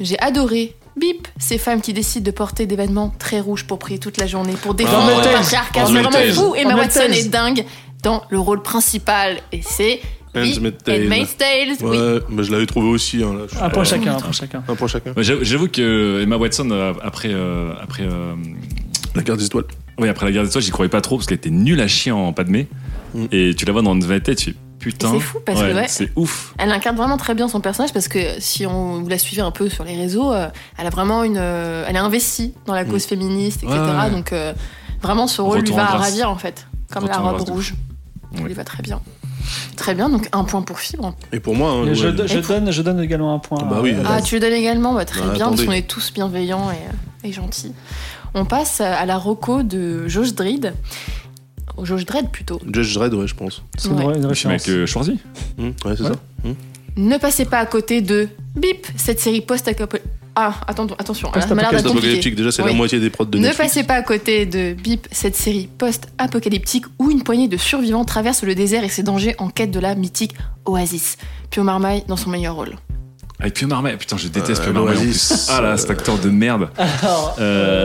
J'ai adoré. Bip, ces femmes qui décident de porter des vêtements très rouges pour prier toute la journée pour défendre
Ah,
le
ouais.
patriarcat.
En
C'est vraiment
Maltaise.
fou. Emma
En
Watson
Maltaise.
est dingue dans le rôle principal et c'est
Handmaid's Tale.
Handmaid's Tale. Oui.
Ouais, bah, je l'avais trouvé aussi. hein, là, je suis-
Un point chacun, un point chacun.
Un point chacun.
Ouais, j'avoue- J'avoue que Emma Watson, euh, après. euh, après euh,
La garde des étoiles.
Oui, après la guerre des étoiles, j'y croyais pas trop parce qu'elle était nulle à chier en Padmé.
Mm.
Et tu la vois dans une tête, tu fais putain.
Et c'est fou parce que, ouais.
C'est ouf.
Elle incarne vraiment très bien son personnage parce que si on vous la suivez un peu sur les réseaux, euh, elle a vraiment une, euh, elle est investie dans la cause féministe, etc.
Mm. Ouais, ouais.
Donc euh, vraiment ce rôle
Retour
lui
en
va à
grâce.
ravir en fait, comme
Retour en
la robe
grâce de
rouge,
Ouais.
lui va très bien. Très bien, donc un point pour Fibre.
Et pour moi, hein,
Et je,
ouais,
je donne, je donne également un point. Euh,
Ah bah oui.
à- à
Ah,
Daz.
tu le donnes également, bah, très
Bah,
bien, parce
attendez.
qu'on est tous bienveillants et, et gentils. On passe à la roco de Josh Dredd, Au Josh Dredd plutôt.
Judge Dredd, ouais, je pense.
C'est une,
Ouais.
une
Je suis
référence.
avec euh, Schwarzy.
Hmm, ouais, c'est
Ouais.
ça.
Ne passez pas à côté de Bip, cette série post-apocalyptique. Ah, attends, attention, ça m'a l'air d'être Ah, bah, compliqué.
Post-apocalyptique, déjà, c'est
Oui.
la moitié des prods de
Ne
Netflix.
passez pas à côté de Bip, cette série post-apocalyptique où une poignée de survivants traverse le désert et ses dangers en quête de la mythique Oasis. Pio Marmaille dans son meilleur rôle.
Avec Pio Marmaille. Putain, je déteste
Euh,
Pio Marmaille. en
l'Oasis,
plus. Ah là,
euh,
cet acteur de merde.
Alors,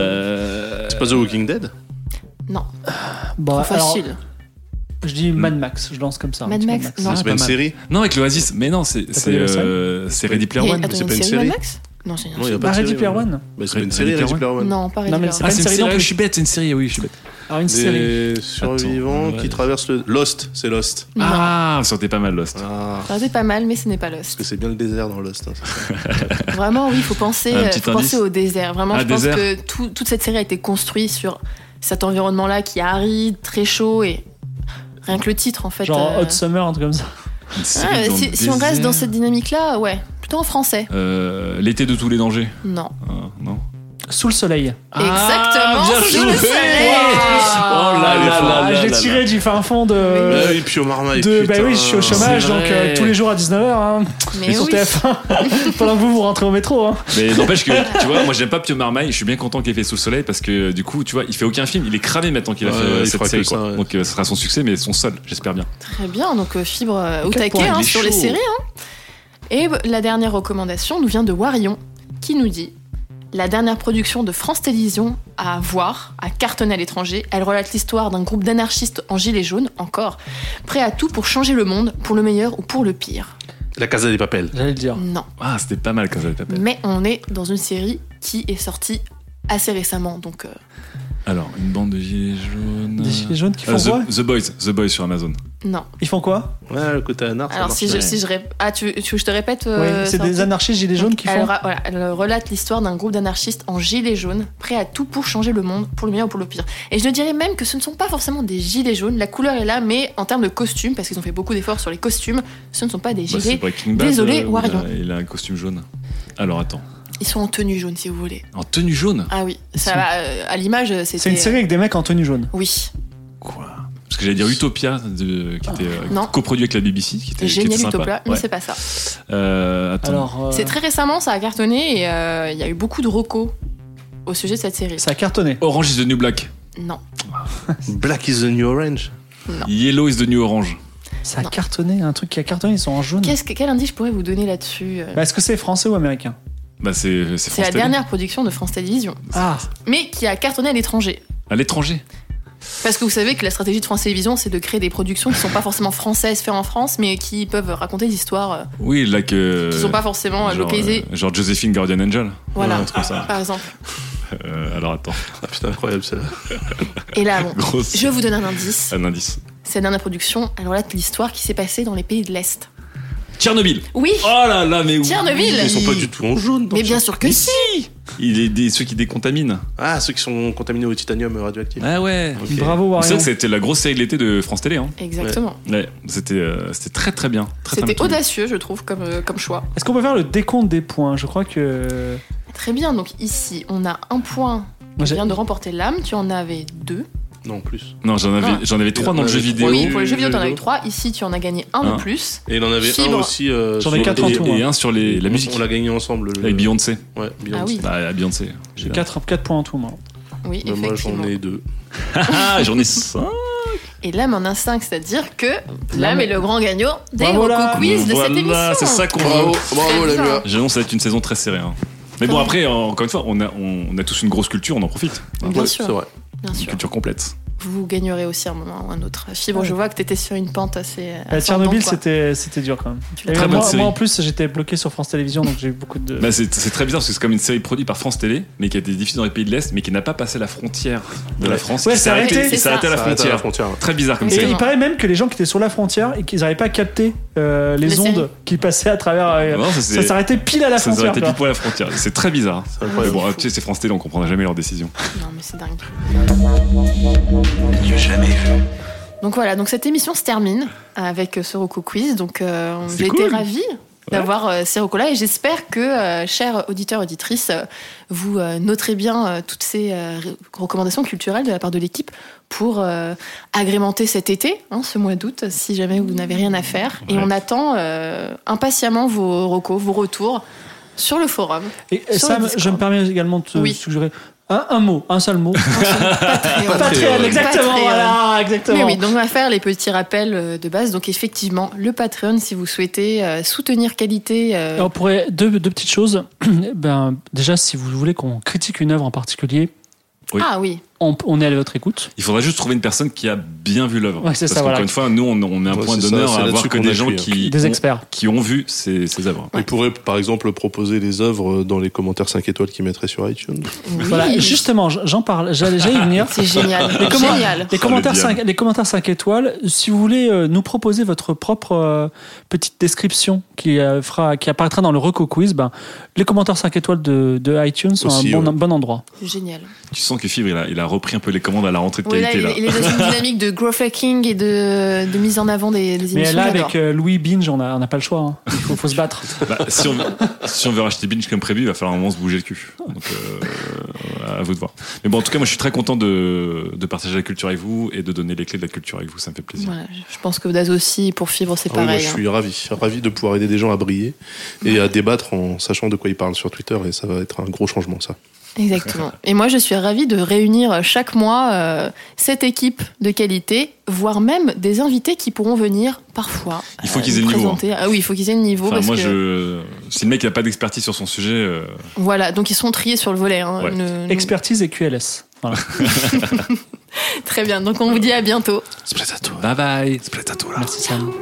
Euh...
C'est pas The Walking Dead
Non,
bon,
Ah, trop
Bah, alors,
facile.
je dis Mad Max, je lance comme ça. un
Mad
petit
Max, non. Ah,
Hmm. C'est pas une
mal.
série
Non, avec l'Oasis. Mais non, c'est c'est,
pas vu la
euh, c'est Ready
Il
Player
y a-
One.
attends,
c'est
une
pas une
série Mad
série
Max Non, c'est une
Non, il y a
série.
Bah,
de
Ready
série,
Player
ouais.
One.
Bah, C'est pas une
Ready
série,
Player
Ready
One.
Player One.
Non, pas Ready
Non, mais
Player
c'est
One.
pas
Ah,
une
c'est une
série non
série.
plus.
Je suis bête, c'est une série. Oui, je suis bête.
Alors, une série.
Des survivants
Attends, ouais.
qui traversent le. Lost, c'est Lost.
Non.
Ah, ça aurait été pas mal Lost.
Ah,
Ça aurait été pas mal, mais ce n'est pas
parce que
Lost.
c'est bien le désert dans Lost. hein, ça.
Vraiment, oui, il faut penser,
Un
euh,
petit
faut
indice.
penser au désert. Vraiment,
Ah,
je pense
désert.
que tout- toute cette série a été construite sur cet environnement-là qui est aride, très chaud et rien que le titre en fait.
Genre
euh,
Hot Summer, un truc comme ça.
Une
ah,
série dans
si,
le
si on reste dans
désert.
cette dynamique-là, ouais, plutôt en français.
Euh, L'été de tous les dangers.
Non.
Ah, non.
Sous le soleil.
Exactement,
Ah, bien
sous le
joué.
soleil.
Oh là là là
Ah,
là
je l'ai
là
tiré
là.
du fin fond de.
Bah oui, Pio Marmaille.
de- bah
putain.
oui, je suis au chômage, donc euh,
vrai.
tous les jours à 19h, hein,
Mais
sur
oui.
TF1, pendant que vous vous rentrez au métro. Hein.
Mais n'empêche que, tu vois, moi j'aime pas Pio Marmaille, je suis bien content qu'il ait fait Sous le Soleil parce que du coup, tu vois, il fait aucun film, il est cramé maintenant qu'il a
Ouais,
fait euh,
il
cette
fera
série.
que
quoi.
ça, ouais.
Donc euh, ce sera son succès, mais son seul, j'espère bien.
Très bien, donc euh, fibre euh, au
Quatre
taquet
points,
hein,
il est
sur les
chaud.
séries. hein. Et euh, la dernière recommandation nous vient de Warion, qui nous dit La dernière production de France Télévisions à voir, à cartonner à l'étranger, elle relate l'histoire d'un groupe d'anarchistes en gilet jaune, encore, prêts à tout pour changer le monde, pour le meilleur ou pour le pire.
La Casa des Papels.
J'allais le dire.
Non,
Ah, c'était pas mal quand ça t'appelle.
mais on est dans une série qui est sortie assez récemment, donc euh,
Alors, une bande de gilets jaunes.
Des gilets jaunes qui font
Ah, the,
quoi
The Boys, The Boys sur Amazon. Bah,
Non.
Ils font quoi
Ouais, le côté anard, ça
Alors,
marche
si je,
bien.
si je rép- Ah, tu, tu veux que je te répète euh,
Oui, C'est
ça,
des
ok
anarchistes gilets jaunes qui
elle,
font.
ra- voilà, elle relate l'histoire d'un groupe d'anarchistes en gilets jaunes, prêts à tout pour changer le monde, pour le meilleur ou pour le pire. Et je dirais même que ce ne sont pas forcément des gilets jaunes, la couleur est là, mais en termes de costumes, parce qu'ils ont fait beaucoup d'efforts sur les costumes, ce ne sont pas des
Bah, c'est
gilets.
Breaking Bad.
Désolé,
euh, où il a-
Warion.
Il, a, un costume jaune. Alors attends.
Ils sont en tenue jaune, si vous voulez.
En tenue jaune
Ah oui, ça
sont-
va, euh, à l'image, c'était. euh,
C'est une série avec des mecs en tenue jaune.
Oui,
Quoi Parce que j'allais dire Utopia, de- qui était euh,
Non.
coproduit avec la BBC, qui était, qui était
génial
sympa.
Utopia, mais
Ouais.
c'est pas ça.
Euh, attends.
Alors, euh,
C'est très récemment, ça a cartonné et euh, il y a eu beaucoup de recos au sujet de cette série.
ça a cartonné.
Orange is the New Black.
Non,
Black is the new orange.
Yellow is the New Orange.
Ça a
Non.
cartonné, un truc qui a cartonné, ils sont en jaune.
Qu'est-ce que- quel indice je pourrais vous donner là-dessus euh
Bah, Est-ce que c'est français ou américain
Bah, c'est c'est
C'est
France
la
Télé.
dernière production de France Télévisions,
Ah,
mais qui a cartonné à l'étranger.
À l'étranger.
Parce que vous savez que la stratégie de France Télévisions, c'est de créer des productions qui sont pas forcément françaises, faites en France, mais qui peuvent raconter des histoires euh,
Oui, là que.
qui sont pas forcément euh,
genre,
localisées.
euh, genre Josephine Guardian Angel.
voilà,
Ouais, un truc comme ça.
par exemple.
Euh, alors attends.
Ah putain, incroyable celle-là.
Et là, bon,
Grosse.
je vous donne un indice.
Un indice.
Cette dernière production, elle relate l'histoire qui s'est passée dans les pays de l'Est.
Tchernobyl.
Oui,
Oh là là, mais où
Tchernobyl
Ils sont pas du tout en jaune. dans
Mais
le-
bien sûr que si
Il est des, ceux qui décontaminent.
Ah, ceux qui sont contaminés au titanium radioactif.
Ah ouais.
Ok.
bravo
C'est vrai
Warrior.
que c'était la grosse série de l'été de France Télé. Hein.
Exactement.
Ouais, c'était euh, c'était très très bien. Très, très
C'était
bien.
audacieux, je trouve, comme, euh, comme choix.
Est-ce qu'on peut faire le décompte des points Je crois que.
Très bien, donc ici, on a un point
Moi,
qui
j'ai-
vient de remporter l'âme, tu en avais deux.
Non, plus.
Non, j'en
Non.
avais, j'en avais trois dans le jeu
Oui,
vidéo.
oui, pour les jeux vidéo,
jeux
t'en avais
vidéo.
trois. Ici, tu en as gagné un de
Un.
plus.
Et il en avait
Fibre.
un aussi. euh,
J'en ai
sur
quatre
le-
en
et,
tout,
et
hein.
un sur les, la musique.
On l'a gagné ensemble. Le...
Avec Beyoncé.
Ouais, Beyoncé.
Ah oui.
Bah, à Beyoncé.
J'ai 4, points en tout, moi.
Ah, Oui,
Bah, moi,
effectivement.
j'en ai deux.
Ah, j'en ai cinq.
Et l'âme en a cinq, c'est-à-dire que l'âme
mais-
est le grand gagnant des
Bravo, l'âme.
Roco Quiz de cette
Bah Voilà,
émission.
c'est ça qu'on
Bravo, bravo
Très
les
bien.
gars.
J'annonce, ça va être une saison très serrée. hein. Mais bon,
Ouais.
après, encore une fois, on a, on a tous une grosse culture, on en profite.
Bien
Ouais,
sûr.
C'est vrai.
Bien
Une
sûr.
culture complète.
Vous gagnerez aussi un moment ou un autre. Fibre,
Ouais.
je vois que t'étais sur une pente assez.
Euh,
assez
Tchernobyl,
ardente, toi.
c'était c'était dur quand même.
Tu l'as
Et
Bah, Très bonne
moi,
série.
moi, en plus, j'étais bloqué sur France Télévisions, donc j'ai eu beaucoup de.
Bah, c'est c'est très bizarre parce que c'est comme une série produite par France Télé, mais qui a été diffusée dans les pays de l'Est, mais qui n'a pas passé la frontière de la
Ouais.
France.
Ouais,
Qui
c'est
s'est
arrêté.
arrêtée- qui
C'est
s'est arrêtée à la
Ça arrête à
frontière.
la frontière. ouais.
Très bizarre comme
Et
et
série.
il paraît même que les gens qui étaient sur la frontière et qu'ils n'arrivaient pas à capter euh, les,
Les
ondes
séries.
qui passaient à travers. euh,
Non, ça,
ça
c'est-
s'arrêtait pile à la
ça s'est
frontière.
arrêté
quoi.
pile poil à la frontière. C'est très bizarre.
C'est incroyable.
Mais bon,
fou.
tu sais, c'est France Télé, on comprendra jamais leurs décisions.
Non, mais c'est dingue.
Du jamais vu.
Donc voilà, donc cette émission se termine avec ce Roku Quiz. Donc euh,
C'est
j'ai été
cool.
ravie d'avoir euh, ces recos là et j'espère que, euh, chers auditeurs, auditrices, euh, vous euh, noterez bien euh, toutes ces euh, ré- recommandations culturelles de la part de l'équipe pour euh, agrémenter cet été, hein, ce mois d'août, si jamais vous n'avez rien à faire. Et
Ouais.
on attend euh, impatiemment vos recos, vos retours sur le forum.
Et, et
Sur le
Sam,
Discord.
je me permets également de te
Oui.
suggérer un, un mot, un seul mot.
Patreon.
Patreon, exactement.
euh, Patreon.
Voilà,
Mais
exactement.
oui, donc on va faire les petits rappels euh, de base. Donc effectivement, le Patreon, si vous souhaitez euh, soutenir qualité, euh,
Oh,
Et on pourrait deux, deux petites choses. ben, déjà, si vous voulez qu'on critique une œuvre en particulier,
oui.
ah oui,
on, on est à votre écoute.
Il faudra juste trouver une personne qui a bien vu l'œuvre.
Ouais, c'est
Parce
ça, voilà.
qu'encore une fois, nous, on, on met un
Ouais,
point
c'est ça,
d'honneur
c'est
à avoir
là-dessus
que
qu'on
des gens
appuie, hein.
qui,
Des
ont,
experts.
qui ont vu ces, ces œuvres.
On pourrait par exemple proposer des œuvres dans les commentaires 5 étoiles qu'ils mettraient sur iTunes.
oui.
Voilà, et justement, j- j'en parle, j'allais j'allais y venir.
c'est génial,
Les, comment-
génial.
les commentaires
diable.
5, les commentaires 5 étoiles, si vous voulez euh, nous proposer votre propre euh, petite description qui, euh, fera, qui apparaîtra dans le Reco Quiz, ben, les commentaires 5 étoiles de, de iTunes sont
Aussi,
un bon,
ouais.
un bon endroit.
Génial.
Tu sens que Fibre, il a, il a repris un peu les commandes à la rentrée de
Oui, là,
qualité.
il,
là.
il est dans une dynamique de growth hacking et de, de mise en avant des, des
Mais
émissions.
là,
j'adore.
avec euh, Louis Binge, on n'a on n'a pas le choix. hein. Il faut, faut se battre.
Bah, si, on, veut- si on veut racheter Binge comme prévu, il va falloir un moment se bouger le cul. Donc, euh, à vous de voir. Mais bon, en tout cas, moi, je suis très content de, de partager la culture avec vous et de donner les clés de la culture avec vous. Ça me fait plaisir.
Voilà, je- je pense que Daz aussi, pour Fibre, c'est
Ah oui, moi,
pareil.
je
hein.
suis ravi, ravi de pouvoir aider des gens à briller et à débattre en sachant de quoi ils parlent sur Twitter et ça va être un gros changement ça.
Exactement. Et moi, je suis ravie de réunir chaque mois euh, cette équipe de qualité, voire même des invités qui pourront venir parfois.
Il faut
euh,
qu'ils aient
nous
le niveau, hein.
présenter. Ah oui, il faut qu'ils aient le niveau.
Enfin,
parce
moi,
que...
je, si le mec n'a pas d'expertise sur son sujet, euh,
Voilà, donc ils sont triés sur le volet. hein.
Ouais.
Ne- ne-
Expertise et QLS. Voilà.
Très bien, donc on vous dit à bientôt.
bye bye.
Merci Sam.